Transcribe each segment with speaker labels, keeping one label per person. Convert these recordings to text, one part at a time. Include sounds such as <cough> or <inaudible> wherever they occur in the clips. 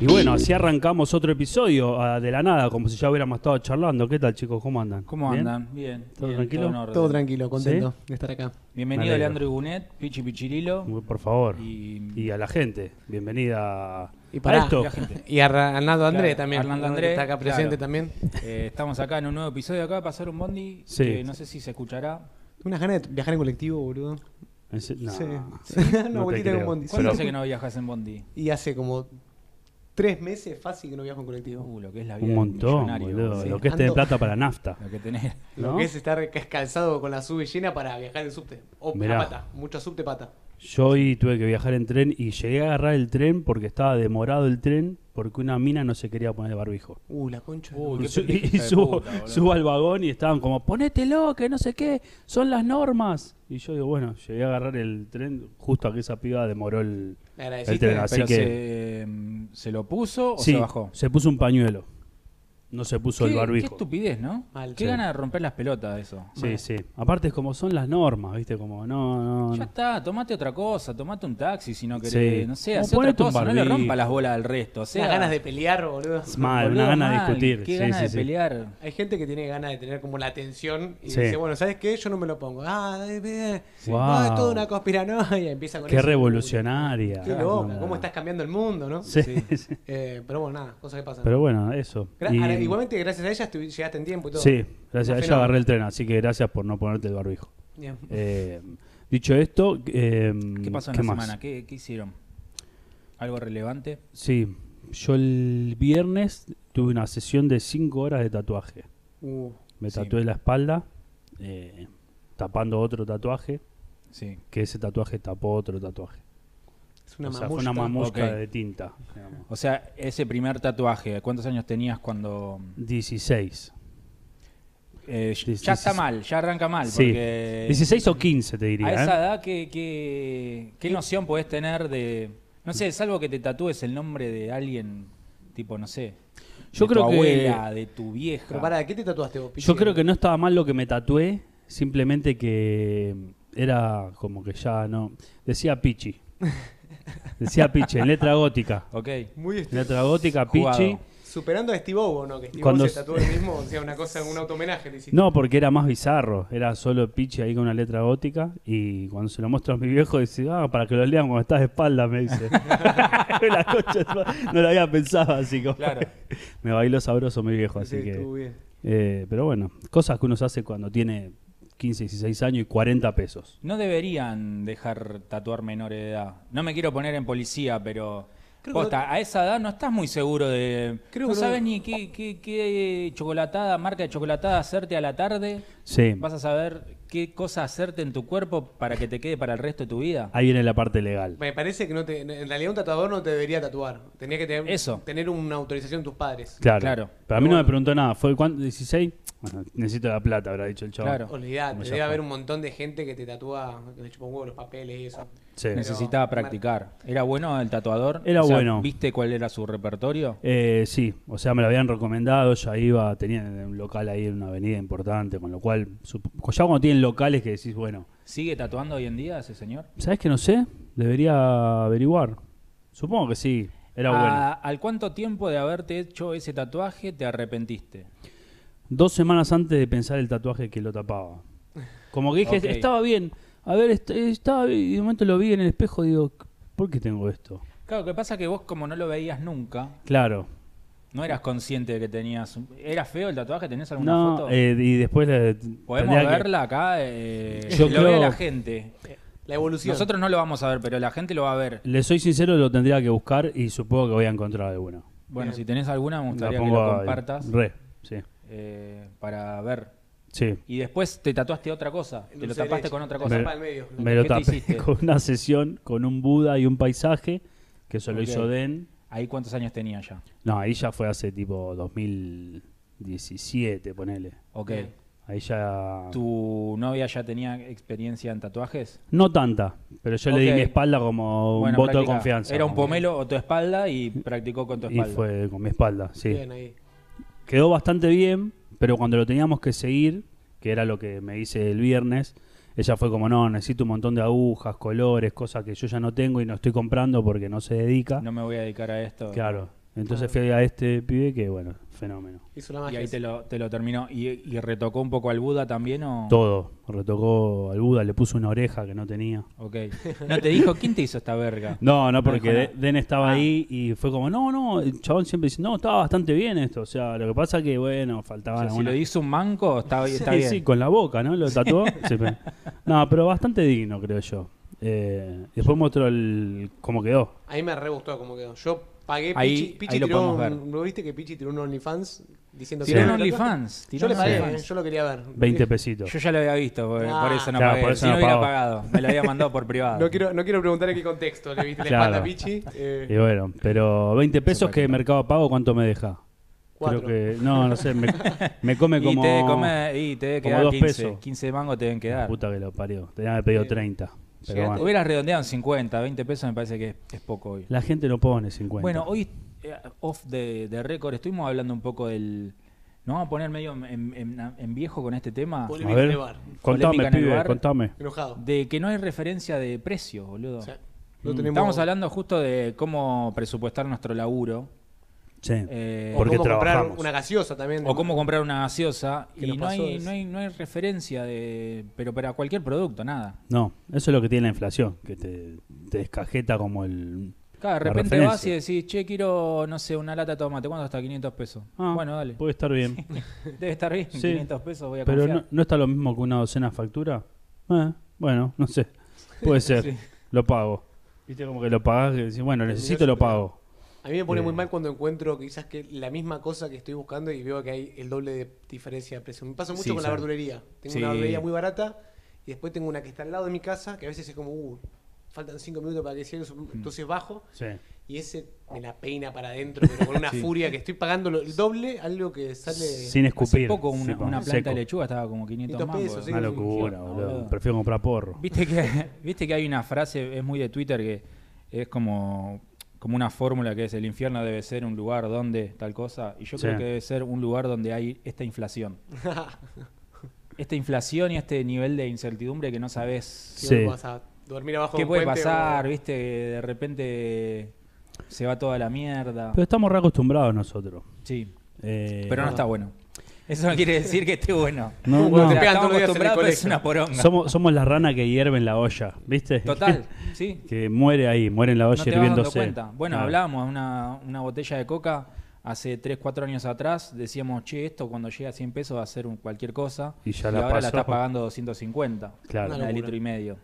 Speaker 1: Y bueno, así arrancamos otro episodio ah, de la nada, como si ya hubiéramos estado charlando. ¿Qué tal, chicos? ¿Cómo andan?
Speaker 2: ¿Cómo
Speaker 1: ¿Bien?
Speaker 2: andan? Bien.
Speaker 1: ¿Todo
Speaker 2: bien,
Speaker 1: tranquilo?
Speaker 2: en orden.
Speaker 3: Todo tranquilo, contento de estar acá.
Speaker 1: Me
Speaker 2: Bienvenido
Speaker 1: alegro.
Speaker 2: Leandro Igunet, Pichi Pichirilo.
Speaker 1: Muy- Por favor.
Speaker 2: Y,
Speaker 1: Y a la gente, bienvenida a-
Speaker 3: Y pará,
Speaker 1: a esto.
Speaker 2: la gente.
Speaker 3: Y a Ra- Arnaldo André
Speaker 2: Claro,
Speaker 3: también.
Speaker 2: Arnaldo
Speaker 3: ¿no?
Speaker 2: André,
Speaker 3: que está acá presente
Speaker 2: claro.
Speaker 3: también.
Speaker 2: Eh, estamos acá en un nuevo episodio. Acá pasaron Bondi,
Speaker 1: Sí.
Speaker 2: que no sé si se escuchará.
Speaker 3: Unas ganas de viajar en colectivo, boludo.
Speaker 1: En se- no.
Speaker 3: Sí.
Speaker 1: no
Speaker 3: <laughs> Una
Speaker 1: te
Speaker 3: vueltita en
Speaker 1: creo.
Speaker 3: un bondi. Sí,
Speaker 2: ¿Cuánto
Speaker 3: sí.
Speaker 2: hace que no viajas en Bondi?
Speaker 3: Y hace como tres meses fácil que no viajo en colectivo.
Speaker 2: Uh, lo que es la vida
Speaker 1: Un
Speaker 2: de
Speaker 1: montón,
Speaker 2: millonario,
Speaker 1: boludo.
Speaker 2: sí.
Speaker 1: Lo que es tener
Speaker 3: Ando-
Speaker 1: plata para nafta.
Speaker 2: Lo que tenés.
Speaker 1: ¿No?
Speaker 3: Lo que es estar ca- calzado con la sube llena para viajar en subte. O a
Speaker 1: Mirá.
Speaker 3: pata, mucho subte pata.
Speaker 1: Yo hoy tuve que viajar en tren y llegué a agarrar el tren porque estaba demorado el tren porque una mina no se quería poner el barbijo.
Speaker 3: Uh, la concha. de-
Speaker 2: Uy, qué
Speaker 1: Y su-
Speaker 2: pendeja
Speaker 1: y
Speaker 2: de
Speaker 1: subo,
Speaker 2: puta, boludo.
Speaker 1: subo al vagón y estaban como, ponételo, que no sé qué, son las normas. Y yo digo, bueno, llegué a agarrar el tren justo a que esa piba demoró el...
Speaker 3: ¿Le
Speaker 1: el
Speaker 3: agradeciste?
Speaker 1: tren, <laughs> así
Speaker 2: Pero
Speaker 1: que-
Speaker 2: se, mm, ¿Se lo puso o
Speaker 1: sí,
Speaker 2: se bajó?
Speaker 1: se puso un pañuelo. No se puso el
Speaker 2: ¿Qué, qué
Speaker 1: barbijo.
Speaker 2: estupidez, ¿no?
Speaker 3: Mal.
Speaker 2: Qué
Speaker 1: Sí.
Speaker 2: ganas de romper las pelotas eso.
Speaker 1: Sí, sí. Aparte es como son las normas, ¿viste? Como, no, no,
Speaker 2: Ya
Speaker 1: no.
Speaker 2: está, tomate otra cosa, tomate un taxi si no querés,
Speaker 1: Sí.
Speaker 2: no sé,
Speaker 1: O
Speaker 2: hace otra
Speaker 1: ponete un
Speaker 2: cosa, no le
Speaker 1: barbijo.
Speaker 2: rompa las bolas al resto, o sea,
Speaker 3: Unas ganas de pelear, boludo.
Speaker 1: Es mal,
Speaker 2: boludo,
Speaker 1: una gana Ah, de
Speaker 2: mal,
Speaker 1: discutir.
Speaker 2: Qué
Speaker 1: sí,
Speaker 2: ganas
Speaker 1: sí,
Speaker 2: de
Speaker 1: sí.
Speaker 2: pelear.
Speaker 3: Hay gente que tiene ganas de tener como la atención y
Speaker 1: Sí.
Speaker 3: dice, bueno, ¿sabes qué? Yo no me lo pongo. Ah, eh, eh,
Speaker 1: Sí.
Speaker 3: ah, es
Speaker 1: Wow.
Speaker 3: toda una conspiranoia. y Empieza con
Speaker 1: Qué
Speaker 3: eso.
Speaker 1: revolucionaria.
Speaker 3: Qué loca, cómo estás cambiando el mundo, ¿no?
Speaker 1: Sí, <laughs> sí.
Speaker 3: Eh, pero bueno, nada, cosas que pasan.
Speaker 1: Pero bueno, eso.
Speaker 3: Gra-
Speaker 1: Y-
Speaker 2: ah,
Speaker 3: ahora, igualmente, gracias a ella estuvi- llegaste en tiempo y todo.
Speaker 1: Sí, gracias.
Speaker 3: Una
Speaker 1: Yo
Speaker 3: fenómeno.
Speaker 1: agarré el tren, así que gracias por no ponerte el barbijo.
Speaker 3: Bien.
Speaker 1: Eh, dicho esto, eh,
Speaker 2: ¿Qué pasó en la semana? ¿Qué, qué hicieron? ¿Algo relevante?
Speaker 1: Sí, yo el viernes tuve una sesión de 5 horas de tatuaje.
Speaker 3: Uh,
Speaker 1: Me
Speaker 2: Sí.
Speaker 1: tatué la espalda, eh, tapando otro tatuaje,
Speaker 2: Sí.
Speaker 1: que ese tatuaje tapó otro tatuaje.
Speaker 3: es una
Speaker 1: o sea, fue
Speaker 3: mamulla.
Speaker 1: una mamusca
Speaker 2: Ok.
Speaker 1: de tinta. digamos.
Speaker 2: O sea, ese primer tatuaje, ¿cuántos años tenías cuando...?
Speaker 1: 16.
Speaker 2: eh,
Speaker 1: Sí, sí,
Speaker 2: ya está
Speaker 1: sí.
Speaker 2: mal, ya arranca mal,
Speaker 1: Sí.
Speaker 2: porque...
Speaker 1: 16 o 15 te diría.
Speaker 2: Eh, A
Speaker 1: ¿eh?
Speaker 2: esa edad, ¿qué, qué, qué noción podés tener de.? No sé, salvo que te tatúes el nombre de alguien, tipo, no sé.
Speaker 1: Yo
Speaker 2: de
Speaker 1: creo
Speaker 2: tu
Speaker 1: que-
Speaker 2: abuela, de tu vieja.
Speaker 3: Pero para, ¿qué te tatuaste vos, Pichi?
Speaker 1: Yo creo que no estaba mal lo que me tatué, simplemente que era como que ya no. Decía
Speaker 3: <laughs>
Speaker 1: Pichi. Decía Pichi, en letra gótica.
Speaker 2: Ok.
Speaker 3: Muy
Speaker 1: En
Speaker 3: est-
Speaker 1: letra gótica, Pichi.
Speaker 2: Jugado.
Speaker 3: Superando a Steve Ovo, ¿no? Que Steve
Speaker 1: Cuando
Speaker 3: Ovo
Speaker 1: s-
Speaker 3: se tatuó el mismo, o sea, una cosa, un automenaje le hiciste.
Speaker 1: No, porque era más bizarro. Era solo Pichi ahí con una letra gótica. Y cuando se lo muestro a mi viejo, dice, ah, para que lo lean cuando estás de espalda, me
Speaker 3: <laughs>
Speaker 1: dice. <laughs> La concha de tu madre. no lo había pensado así. Como
Speaker 2: Claro.
Speaker 1: <laughs> me bailó sabroso mi viejo, así
Speaker 3: Sí,
Speaker 1: que.
Speaker 3: estuvo bien.
Speaker 1: Eh, pero bueno, cosas que uno se hace cuando tiene 15, 16 años y 40 pesos.
Speaker 2: No deberían dejar tatuar menores de edad. No me quiero poner en policía, pero.
Speaker 3: Creo que
Speaker 2: posta, a esa edad no estás muy seguro de.
Speaker 3: Creo
Speaker 2: no
Speaker 3: que no-
Speaker 2: sabes ni qué, qué, qué chocolatada, marca de chocolatada hacerte a la tarde.
Speaker 1: Sí.
Speaker 2: Vas a saber qué cosa hacerte en tu cuerpo para que te quede para el resto de tu vida.
Speaker 3: Ah,
Speaker 1: Ahí viene la parte legal.
Speaker 3: Me parece que no te, en realidad un tatuador no te debería tatuar. Tenía que tener,
Speaker 2: Eso.
Speaker 3: tener una autorización de tus padres.
Speaker 1: Claro.
Speaker 2: Claro.
Speaker 1: Pero a mí no me preguntó nada. ¿Fue cuánto? ¿16? Bueno, necesito la plata, habrá dicho el chaval.
Speaker 2: Claro.
Speaker 3: Olvidate,
Speaker 1: Como ya
Speaker 3: debe
Speaker 1: fue.
Speaker 3: haber un montón de gente que te tatúa, que le chupa un huevo los papeles y eso.
Speaker 1: Sí.
Speaker 3: Pero-
Speaker 2: Necesitaba practicar. ¿Era bueno el tatuador?
Speaker 1: Era bueno.
Speaker 2: ¿Viste cuál era su repertorio?
Speaker 1: Eh, sí, o sea, me lo habían recomendado, ya iba, tenía un local ahí en una avenida importante, con lo cual, sup- ya cuando tienen locales que decís, bueno,
Speaker 2: ¿Sigue tatuando hoy en día ese señor?
Speaker 1: ¿sabes que no sé? Debería averiguar. Supongo que sí, era bueno.
Speaker 2: ¿A- Ah, ¿Al cuánto tiempo de haberte hecho ese tatuaje te arrepentiste?
Speaker 1: Dos semanas antes de pensar el tatuaje que lo tapaba. Como que dije,
Speaker 2: Ok.
Speaker 1: estaba bien, a ver, est- estaba bien, y de momento lo vi en el espejo y digo, ¿por qué tengo esto?
Speaker 2: Claro, lo que pasa es que vos como no lo veías nunca,
Speaker 1: Claro,
Speaker 2: no eras consciente de que tenías... un- ¿Era feo el tatuaje? ¿Tenés alguna
Speaker 1: no,
Speaker 2: foto?
Speaker 1: eh, y después le-
Speaker 2: Podemos
Speaker 1: tendría que-
Speaker 2: verla acá. eh,
Speaker 1: Yo
Speaker 2: lo ve
Speaker 1: creo-
Speaker 2: la gente.
Speaker 3: La evolución.
Speaker 2: Nosotros no lo vamos a ver, pero la gente lo va a ver.
Speaker 1: le soy sincero, lo tendría que buscar y supongo que voy a encontrar alguno.
Speaker 2: Bueno,
Speaker 3: Bien.
Speaker 2: si tenés alguna, me
Speaker 1: La
Speaker 2: gustaría que
Speaker 1: pongo
Speaker 2: lo
Speaker 1: ahí.
Speaker 2: compartas
Speaker 1: Re, sí.
Speaker 2: eh, para ver.
Speaker 1: Sí.
Speaker 2: Y después te tatuaste otra cosa. Te lo
Speaker 3: Dulce de
Speaker 2: tapaste
Speaker 3: leche.
Speaker 2: con otra
Speaker 3: Lo
Speaker 2: cosa.
Speaker 3: tapa al medio.
Speaker 1: Me lo
Speaker 2: ¿Qué te
Speaker 1: tapé
Speaker 2: hiciste?
Speaker 1: <laughs> con una sesión con un Buda y un paisaje, que eso lo
Speaker 2: Ok.
Speaker 1: hizo Den.
Speaker 2: ¿Ahí cuántos años tenía ya?
Speaker 1: No, ahí ya fue hace tipo 2017, ponele.
Speaker 2: Ok.
Speaker 3: Bien.
Speaker 1: Ahí ya...
Speaker 2: ¿Tu novia ya tenía experiencia en tatuajes?
Speaker 1: No tanta, pero yo le di
Speaker 2: Ok.
Speaker 1: mi espalda como un
Speaker 2: Bueno,
Speaker 1: voto de
Speaker 2: practica.
Speaker 1: confianza.
Speaker 2: Era un pomelo o tu espalda y practicó con tu
Speaker 1: Y
Speaker 2: espalda.
Speaker 1: fue con mi espalda, sí.
Speaker 3: Bien ahí.
Speaker 1: Quedó bastante bien, pero cuando lo teníamos que seguir, que era lo que me hice el viernes, ella fue como, no, necesito un montón de agujas, colores, cosas que yo ya no tengo y no estoy comprando porque no se dedica.
Speaker 2: No me voy a dedicar a esto.
Speaker 1: Claro. Entonces
Speaker 3: Claro.
Speaker 1: fui a este pibe que, bueno, fenómeno.
Speaker 3: Hizo la
Speaker 2: Y
Speaker 3: magia.
Speaker 2: ahí te
Speaker 3: esa.
Speaker 2: lo, te lo terminó. ¿Y, y retocó un poco al Buda también o...?
Speaker 1: Todo. Retocó al Buda, le puso una oreja que no tenía.
Speaker 2: Ok. No te dijo, ¿quién te hizo esta verga?
Speaker 1: <laughs> No, no,
Speaker 2: No
Speaker 1: porque
Speaker 2: dijo
Speaker 1: De-
Speaker 2: nada.
Speaker 1: Den estaba
Speaker 2: Ah.
Speaker 1: ahí y fue como, no, no, el chabón siempre dice, no, estaba bastante bien esto. O sea, lo que pasa que, bueno,
Speaker 2: O
Speaker 1: faltaban
Speaker 2: sea, si
Speaker 1: algunas-
Speaker 2: lo hizo un manco, está, está
Speaker 1: sí,
Speaker 2: bien.
Speaker 1: sí, con la boca, ¿no? Lo tatuó. Sí, pero- No, pero bastante digno, creo yo. Eh, después mostró el cómo quedó.
Speaker 3: A mí me re gustó cómo quedó. Yo pagué
Speaker 2: Ahí-
Speaker 3: Pichi, Pichi
Speaker 2: ahí lo
Speaker 3: tiró
Speaker 2: podemos ver.
Speaker 3: un- ¿no viste que Pichi tiró un OnlyFans diciendo
Speaker 2: Tiró
Speaker 3: que
Speaker 2: un OnlyFans. tiró
Speaker 3: Yo le
Speaker 2: un
Speaker 3: pagué,
Speaker 2: OnlyFans.
Speaker 3: eh, yo lo quería ver.
Speaker 1: 20 pesitos.
Speaker 2: Yo ya lo había visto, por,
Speaker 3: Ah.
Speaker 2: por eso no
Speaker 1: Claro,
Speaker 2: pagué.
Speaker 1: por eso
Speaker 2: si no,
Speaker 1: no
Speaker 2: hubiera
Speaker 1: pagó.
Speaker 2: pagado, me lo había mandado por privado.
Speaker 3: No quiero, no quiero preguntar en qué contexto le viste la
Speaker 1: Claro.
Speaker 3: espalda a Pichi. eh,
Speaker 1: Y bueno, pero 20 pesos
Speaker 2: Súper
Speaker 1: que
Speaker 2: lindo.
Speaker 1: Mercado Pago, ¿cuánto me deja?
Speaker 3: Cuatro.
Speaker 1: Creo que. No, no sé, me, me come como.
Speaker 2: <laughs> Y te debe comer- y te debe
Speaker 1: como
Speaker 2: quedar
Speaker 1: dos
Speaker 2: 15,
Speaker 1: pesos.
Speaker 2: 15 mangos te deben quedar.
Speaker 1: Puta que lo parió. Tenía que haber pedido 30. Pero
Speaker 3: Llegaste-
Speaker 1: bueno.
Speaker 2: Hubieras redondeado en 50, 20 pesos me parece que es, es poco hoy.
Speaker 1: La gente no pone 50.
Speaker 2: Bueno, hoy, eh, off de, de récord, estuvimos hablando un poco del... Nos vamos a poner medio en, en- en- en viejo con este tema.
Speaker 1: a
Speaker 3: Polémica en el
Speaker 1: ver,
Speaker 3: bar.
Speaker 2: Polémica
Speaker 1: contame,
Speaker 2: en el
Speaker 1: pibe,
Speaker 2: bar.
Speaker 1: contame.
Speaker 3: Enojado.
Speaker 2: De que no hay referencia de precios, boludo.
Speaker 3: O sea, lo
Speaker 1: Mm,
Speaker 3: tenemos-
Speaker 2: Estamos hablando justo de cómo presupuestar nuestro laburo.
Speaker 1: Sí.
Speaker 2: eh,
Speaker 3: o
Speaker 1: Porque
Speaker 3: cómo comprar
Speaker 1: trabajamos.
Speaker 3: una gaseosa también.
Speaker 2: O cómo comprar una gaseosa
Speaker 3: Que
Speaker 2: y
Speaker 3: nos
Speaker 2: no
Speaker 3: pasó
Speaker 2: hay,
Speaker 3: eso.
Speaker 2: no, hay, no hay referencia de... Pero para cualquier producto, nada.
Speaker 1: No, eso es lo que tiene la inflación, que te, te descajeta como el.
Speaker 2: Claro,
Speaker 1: La
Speaker 2: de repente
Speaker 1: referencia.
Speaker 2: vas y decís, che, quiero, no sé, una lata de tomate. ¿Cuánto está? 500 pesos.
Speaker 1: Ah,
Speaker 2: bueno, dale.
Speaker 1: Puede estar
Speaker 2: <laughs>
Speaker 1: bien.
Speaker 2: Debe estar bien,
Speaker 1: Sí.
Speaker 2: 500 pesos voy a
Speaker 1: Pero
Speaker 2: confiar.
Speaker 1: no, no está lo mismo que una docena de factura. Eh, bueno, no
Speaker 2: <laughs>
Speaker 1: sé. Puede ser.
Speaker 2: Sí.
Speaker 1: Lo pago. Viste como que lo pagas que decís, bueno, necesito, lo pago.
Speaker 3: A mí me pone
Speaker 1: Eh.
Speaker 3: muy mal cuando encuentro quizás que la misma cosa que estoy buscando y veo que hay el doble de diferencia de precio. Me pasa mucho
Speaker 2: Sí,
Speaker 3: con la
Speaker 2: sabe.
Speaker 3: verdulería. Tengo
Speaker 2: Sí.
Speaker 3: una verdulería muy barata y después tengo una que está al lado de mi casa que a veces es como, uh, faltan cinco minutos para que cierre, entonces bajo
Speaker 1: Sí.
Speaker 3: y ese me la peina para adentro, pero con una
Speaker 2: Sí.
Speaker 3: furia que estoy pagando lo- el doble, algo que sale
Speaker 1: Sin escupir.
Speaker 2: Hace poco una,
Speaker 1: Sí, pa,
Speaker 2: una planta
Speaker 1: seco.
Speaker 2: de lechuga estaba como 500
Speaker 3: 500
Speaker 2: mangos.
Speaker 3: pesos, sí.
Speaker 1: Una locura,
Speaker 2: No,
Speaker 1: boludo.
Speaker 2: boludo.
Speaker 1: Prefiero comprar porro.
Speaker 2: ¿Viste, que, <laughs> Viste que hay una frase, es muy de Twitter, que es como, como una fórmula que es el infierno debe ser un lugar donde tal cosa. Y yo
Speaker 1: Sí.
Speaker 2: creo que debe ser un lugar donde hay esta
Speaker 3: <laughs>
Speaker 2: inflación. Esta inflación y este nivel de incertidumbre que no sabes
Speaker 3: si
Speaker 1: Sí.
Speaker 3: vas a dormir abajo de
Speaker 2: qué
Speaker 3: un
Speaker 2: puede
Speaker 3: puente o-
Speaker 2: pasar, viste, de repente se va toda la mierda.
Speaker 1: Pero estamos re acostumbrados nosotros.
Speaker 2: Sí,
Speaker 1: Eh,
Speaker 2: pero no está bueno. Eso no quiere decir que esté bueno.
Speaker 1: No,
Speaker 2: O
Speaker 1: no.
Speaker 2: sea,
Speaker 1: Te
Speaker 3: pegan
Speaker 2: estamos
Speaker 3: todos los días en el
Speaker 2: acostumbrados, pero es
Speaker 3: colegio.
Speaker 2: una poronga.
Speaker 1: Somos, somos la rana que hierve en la olla, ¿viste?
Speaker 2: Total, sí.
Speaker 1: <laughs> que muere ahí, muere en la olla
Speaker 2: no te vas dando
Speaker 1: hirviéndose.
Speaker 2: cuenta. Bueno,
Speaker 1: Claro.
Speaker 2: hablábamos de una, una botella de coca hace 3, 4 años atrás. Decíamos, che, esto cuando llega a 100 pesos va a ser un cualquier cosa.
Speaker 1: Y ya la
Speaker 2: ahora la
Speaker 1: pasó.
Speaker 2: estás pagando 250.
Speaker 1: Claro.
Speaker 2: Una de
Speaker 3: Una
Speaker 2: litro y medio.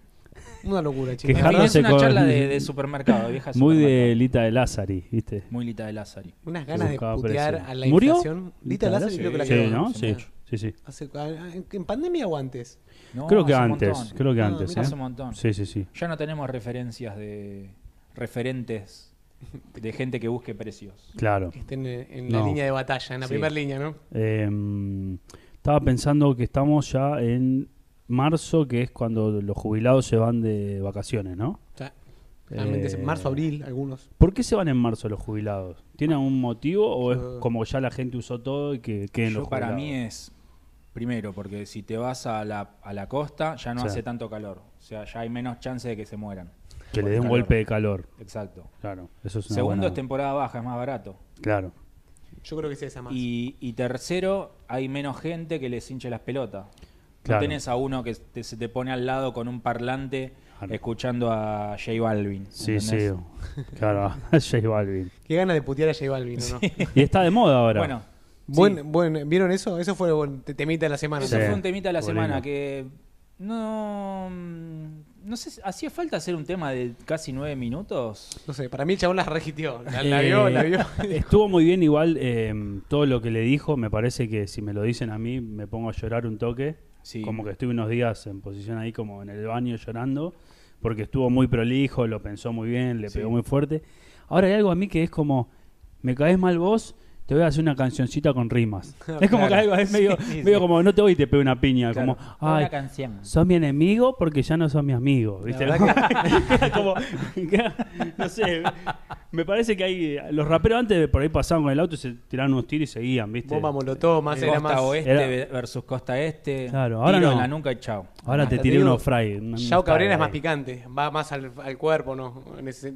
Speaker 3: Una locura,
Speaker 1: Que
Speaker 2: En
Speaker 3: chicos.
Speaker 2: fin,
Speaker 1: Quejándose
Speaker 2: es una
Speaker 1: con-
Speaker 2: charla de, de supermercado, vieja
Speaker 1: Muy de
Speaker 2: supermercado.
Speaker 1: Lita de Lázari, ¿viste?
Speaker 2: Muy lita de Lázari.
Speaker 3: Unas ganas de
Speaker 1: Buscaba
Speaker 3: putear
Speaker 1: precio.
Speaker 3: a la
Speaker 1: ¿Murió?
Speaker 3: inflación. Dita Lázaro creo que la
Speaker 1: Sí,
Speaker 3: quedó,
Speaker 1: ¿no?
Speaker 2: hace
Speaker 1: Sí,
Speaker 2: mucho.
Speaker 1: sí, sí.
Speaker 3: Hace- ah, ¿En pandemia o antes?
Speaker 2: No,
Speaker 1: creo que
Speaker 2: hace un
Speaker 1: antes,
Speaker 2: montón.
Speaker 1: creo que
Speaker 3: Ah,
Speaker 1: antes.
Speaker 3: mira,
Speaker 1: ¿eh?
Speaker 2: hace un montón.
Speaker 1: Sí, sí, sí.
Speaker 2: Ya no tenemos referencias de referentes de gente que busque precios.
Speaker 1: Claro.
Speaker 3: que estén en, en
Speaker 1: No.
Speaker 3: la línea de batalla, en la
Speaker 2: Sí.
Speaker 3: primera línea, ¿no?
Speaker 1: Eh, estaba pensando que estamos ya en marzo, que es cuando los jubilados se van de vacaciones, ¿no?
Speaker 3: O sea, realmente es
Speaker 1: Eh,
Speaker 3: en marzo, abril, algunos.
Speaker 1: ¿Por qué se van en marzo los jubilados? ¿Tiene algún motivo o es
Speaker 3: Eh.
Speaker 1: como ya la gente usó todo y que queden
Speaker 2: Yo
Speaker 1: los
Speaker 2: para
Speaker 1: jubilados?
Speaker 2: mí es, primero, porque si te vas a la, a la costa ya no
Speaker 1: Sí.
Speaker 2: hace tanto calor. O sea, ya hay menos chance de que se mueran.
Speaker 1: que
Speaker 2: por
Speaker 1: le
Speaker 2: el
Speaker 1: dé un
Speaker 2: calor.
Speaker 1: golpe de calor.
Speaker 2: Exacto.
Speaker 1: Claro, eso es una
Speaker 2: Segundo
Speaker 1: buena-
Speaker 2: es temporada baja, es más barato.
Speaker 1: Claro,
Speaker 3: Yo creo que sí, esa más.
Speaker 2: Y, y tercero, hay menos gente que les hinche las pelotas.
Speaker 1: Claro.
Speaker 2: No tenés a uno que te- se te pone al lado con un parlante
Speaker 1: Claro.
Speaker 2: escuchando a J Balvin.
Speaker 1: sí,
Speaker 2: ¿entendés?
Speaker 1: sí. Claro, <laughs> J Balvin.
Speaker 3: Qué ganas de putear a J Balvin, ¿o ¿no?
Speaker 1: Y
Speaker 3: <laughs>
Speaker 1: está de moda ahora.
Speaker 2: Bueno,
Speaker 3: Buen, buen, ¿Vieron eso? Eso fue buen te- temita de la semana.
Speaker 2: Eso
Speaker 1: Sí.
Speaker 2: fue un temita de la
Speaker 1: Volvimos.
Speaker 2: semana que no. No sé, ¿hacía falta hacer un tema de casi nueve minutos?
Speaker 3: No sé, para mí el chabón las regitió. La, la vio,
Speaker 1: Eh,
Speaker 3: la
Speaker 1: <laughs>
Speaker 3: vio.
Speaker 1: Estuvo muy bien igual eh, todo lo que le dijo. Me parece que si me lo dicen a mí me pongo a llorar un toque.
Speaker 2: Sí.
Speaker 1: Como que estuve unos días en posición ahí como en el baño llorando. Porque estuvo muy prolijo, lo pensó muy bien, le
Speaker 2: Sí.
Speaker 1: pegó muy fuerte. Ahora hay algo a mí que es como, me caes mal vos, te voy a hacer una cancioncita con
Speaker 2: <laughs>
Speaker 1: rimas. es como que
Speaker 2: Claro.
Speaker 1: algo, es medio,
Speaker 2: Sí, sí,
Speaker 1: medio
Speaker 2: sí.
Speaker 1: como, no te voy y te pego una piña.
Speaker 2: Claro.
Speaker 1: Como,
Speaker 2: Una
Speaker 1: ay,
Speaker 2: canción.
Speaker 1: sos mi enemigo porque ya no sos mi amigo. ¿viste?
Speaker 3: La
Speaker 1: <laughs> Era como, no sé, me parece que hay. Los raperos antes por ahí pasaban con el auto y se tiraban unos tiros y seguían, ¿viste?
Speaker 3: Bomba molotov, más
Speaker 2: Costa
Speaker 3: era más.
Speaker 2: Oeste
Speaker 1: Era-
Speaker 2: ve- versus Costa Este.
Speaker 1: Claro, ahora
Speaker 2: Tiro
Speaker 1: no.
Speaker 2: en la nuca y chao.
Speaker 1: Ahora te
Speaker 3: te
Speaker 1: tiré
Speaker 3: digo,
Speaker 1: unos fry. un-
Speaker 3: Yao
Speaker 1: un
Speaker 3: Cabrera es más
Speaker 1: fry.
Speaker 3: picante, va más al, al cuerpo, ¿no? En ese-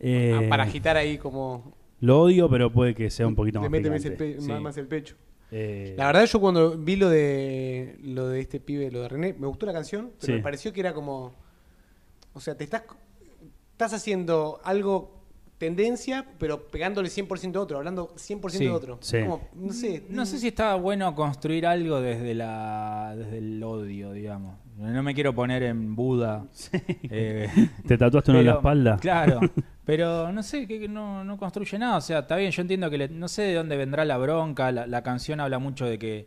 Speaker 1: Eh,
Speaker 3: para agitar ahí como.
Speaker 1: Lo odio, pero puede que sea un poquito
Speaker 3: Le
Speaker 1: más
Speaker 3: mete más el,
Speaker 1: picante.
Speaker 3: pe-
Speaker 2: sí.
Speaker 3: más- más el pecho.
Speaker 1: Eh,
Speaker 3: La verdad, yo cuando vi lo de lo de este pibe, lo de René, me gustó la canción, pero
Speaker 1: Sí.
Speaker 3: me pareció que era como. O sea, te estás. Estás haciendo algo tendencia, pero pegándole 100% a otro, hablando 100%
Speaker 2: Sí,
Speaker 3: de otro.
Speaker 1: sí. Mm,
Speaker 3: Como, no sé.
Speaker 2: No sé si está bueno construir algo desde la desde el odio, digamos. No me quiero poner
Speaker 1: <laughs>
Speaker 2: en Buda. eh,
Speaker 1: ¿Te tatuaste uno en la
Speaker 2: pero-
Speaker 1: espalda? <laughs>
Speaker 2: Claro. Pero no sé, que que no, no construye nada. O sea, está bien, yo entiendo que le- no sé de dónde vendrá la bronca. La, la canción habla mucho de que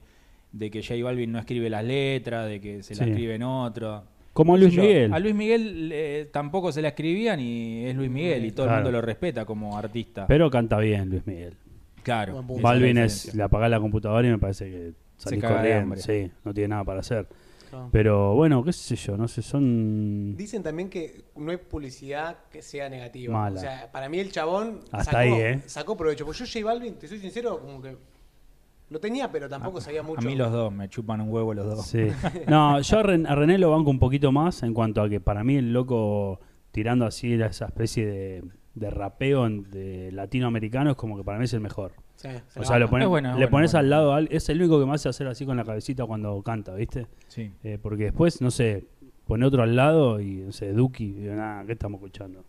Speaker 2: de que J Balvin no escribe las letras, de que se las
Speaker 1: Sí.
Speaker 2: escriben otro.
Speaker 1: Como a
Speaker 2: No sé
Speaker 1: Luis
Speaker 2: yo,
Speaker 1: Miguel.
Speaker 2: A Luis Miguel eh, tampoco se la escribían y es Luis Miguel y todo
Speaker 1: Claro.
Speaker 2: el mundo lo respeta como artista.
Speaker 1: Pero canta bien Luis Miguel.
Speaker 2: claro.
Speaker 3: Buen
Speaker 2: esa
Speaker 3: punto.
Speaker 2: es la
Speaker 1: Balvin es,
Speaker 2: diferencia.
Speaker 1: le apagás la computadora y me parece que salís
Speaker 2: caga de
Speaker 1: corriendo.
Speaker 2: hambre.
Speaker 1: Sí, no tiene nada para hacer.
Speaker 3: No.
Speaker 1: Pero bueno, qué sé yo, no sé, son...
Speaker 3: Dicen también que no hay publicidad que sea negativa.
Speaker 1: Mala.
Speaker 3: O sea, para mí el chabón
Speaker 1: Hasta
Speaker 3: sacó,
Speaker 1: ahí, ¿eh?
Speaker 3: sacó provecho. Porque yo J Balvin, te soy sincero, como que lo tenía, pero tampoco sabía mucho.
Speaker 2: A mí los dos, me chupan un huevo los dos.
Speaker 1: Sí. No, yo a, Ren- a René lo banco un poquito más en cuanto a que para mí el loco tirando así era esa especie de, de rapeo en- de latinoamericano es como que para mí es el mejor.
Speaker 3: Sí, se
Speaker 1: O
Speaker 3: la
Speaker 1: sea, lo
Speaker 3: banca.
Speaker 1: pones,
Speaker 2: Es bueno, es
Speaker 1: le
Speaker 2: bueno,
Speaker 1: pones
Speaker 2: bueno.
Speaker 1: al lado, al- es el único que me hace hacer así con la cabecita cuando canta, ¿viste?
Speaker 2: Sí.
Speaker 1: Eh, porque después, no sé, pone otro al lado y, no sé, Duki, y digo, "Nah, ¿qué estamos escuchando?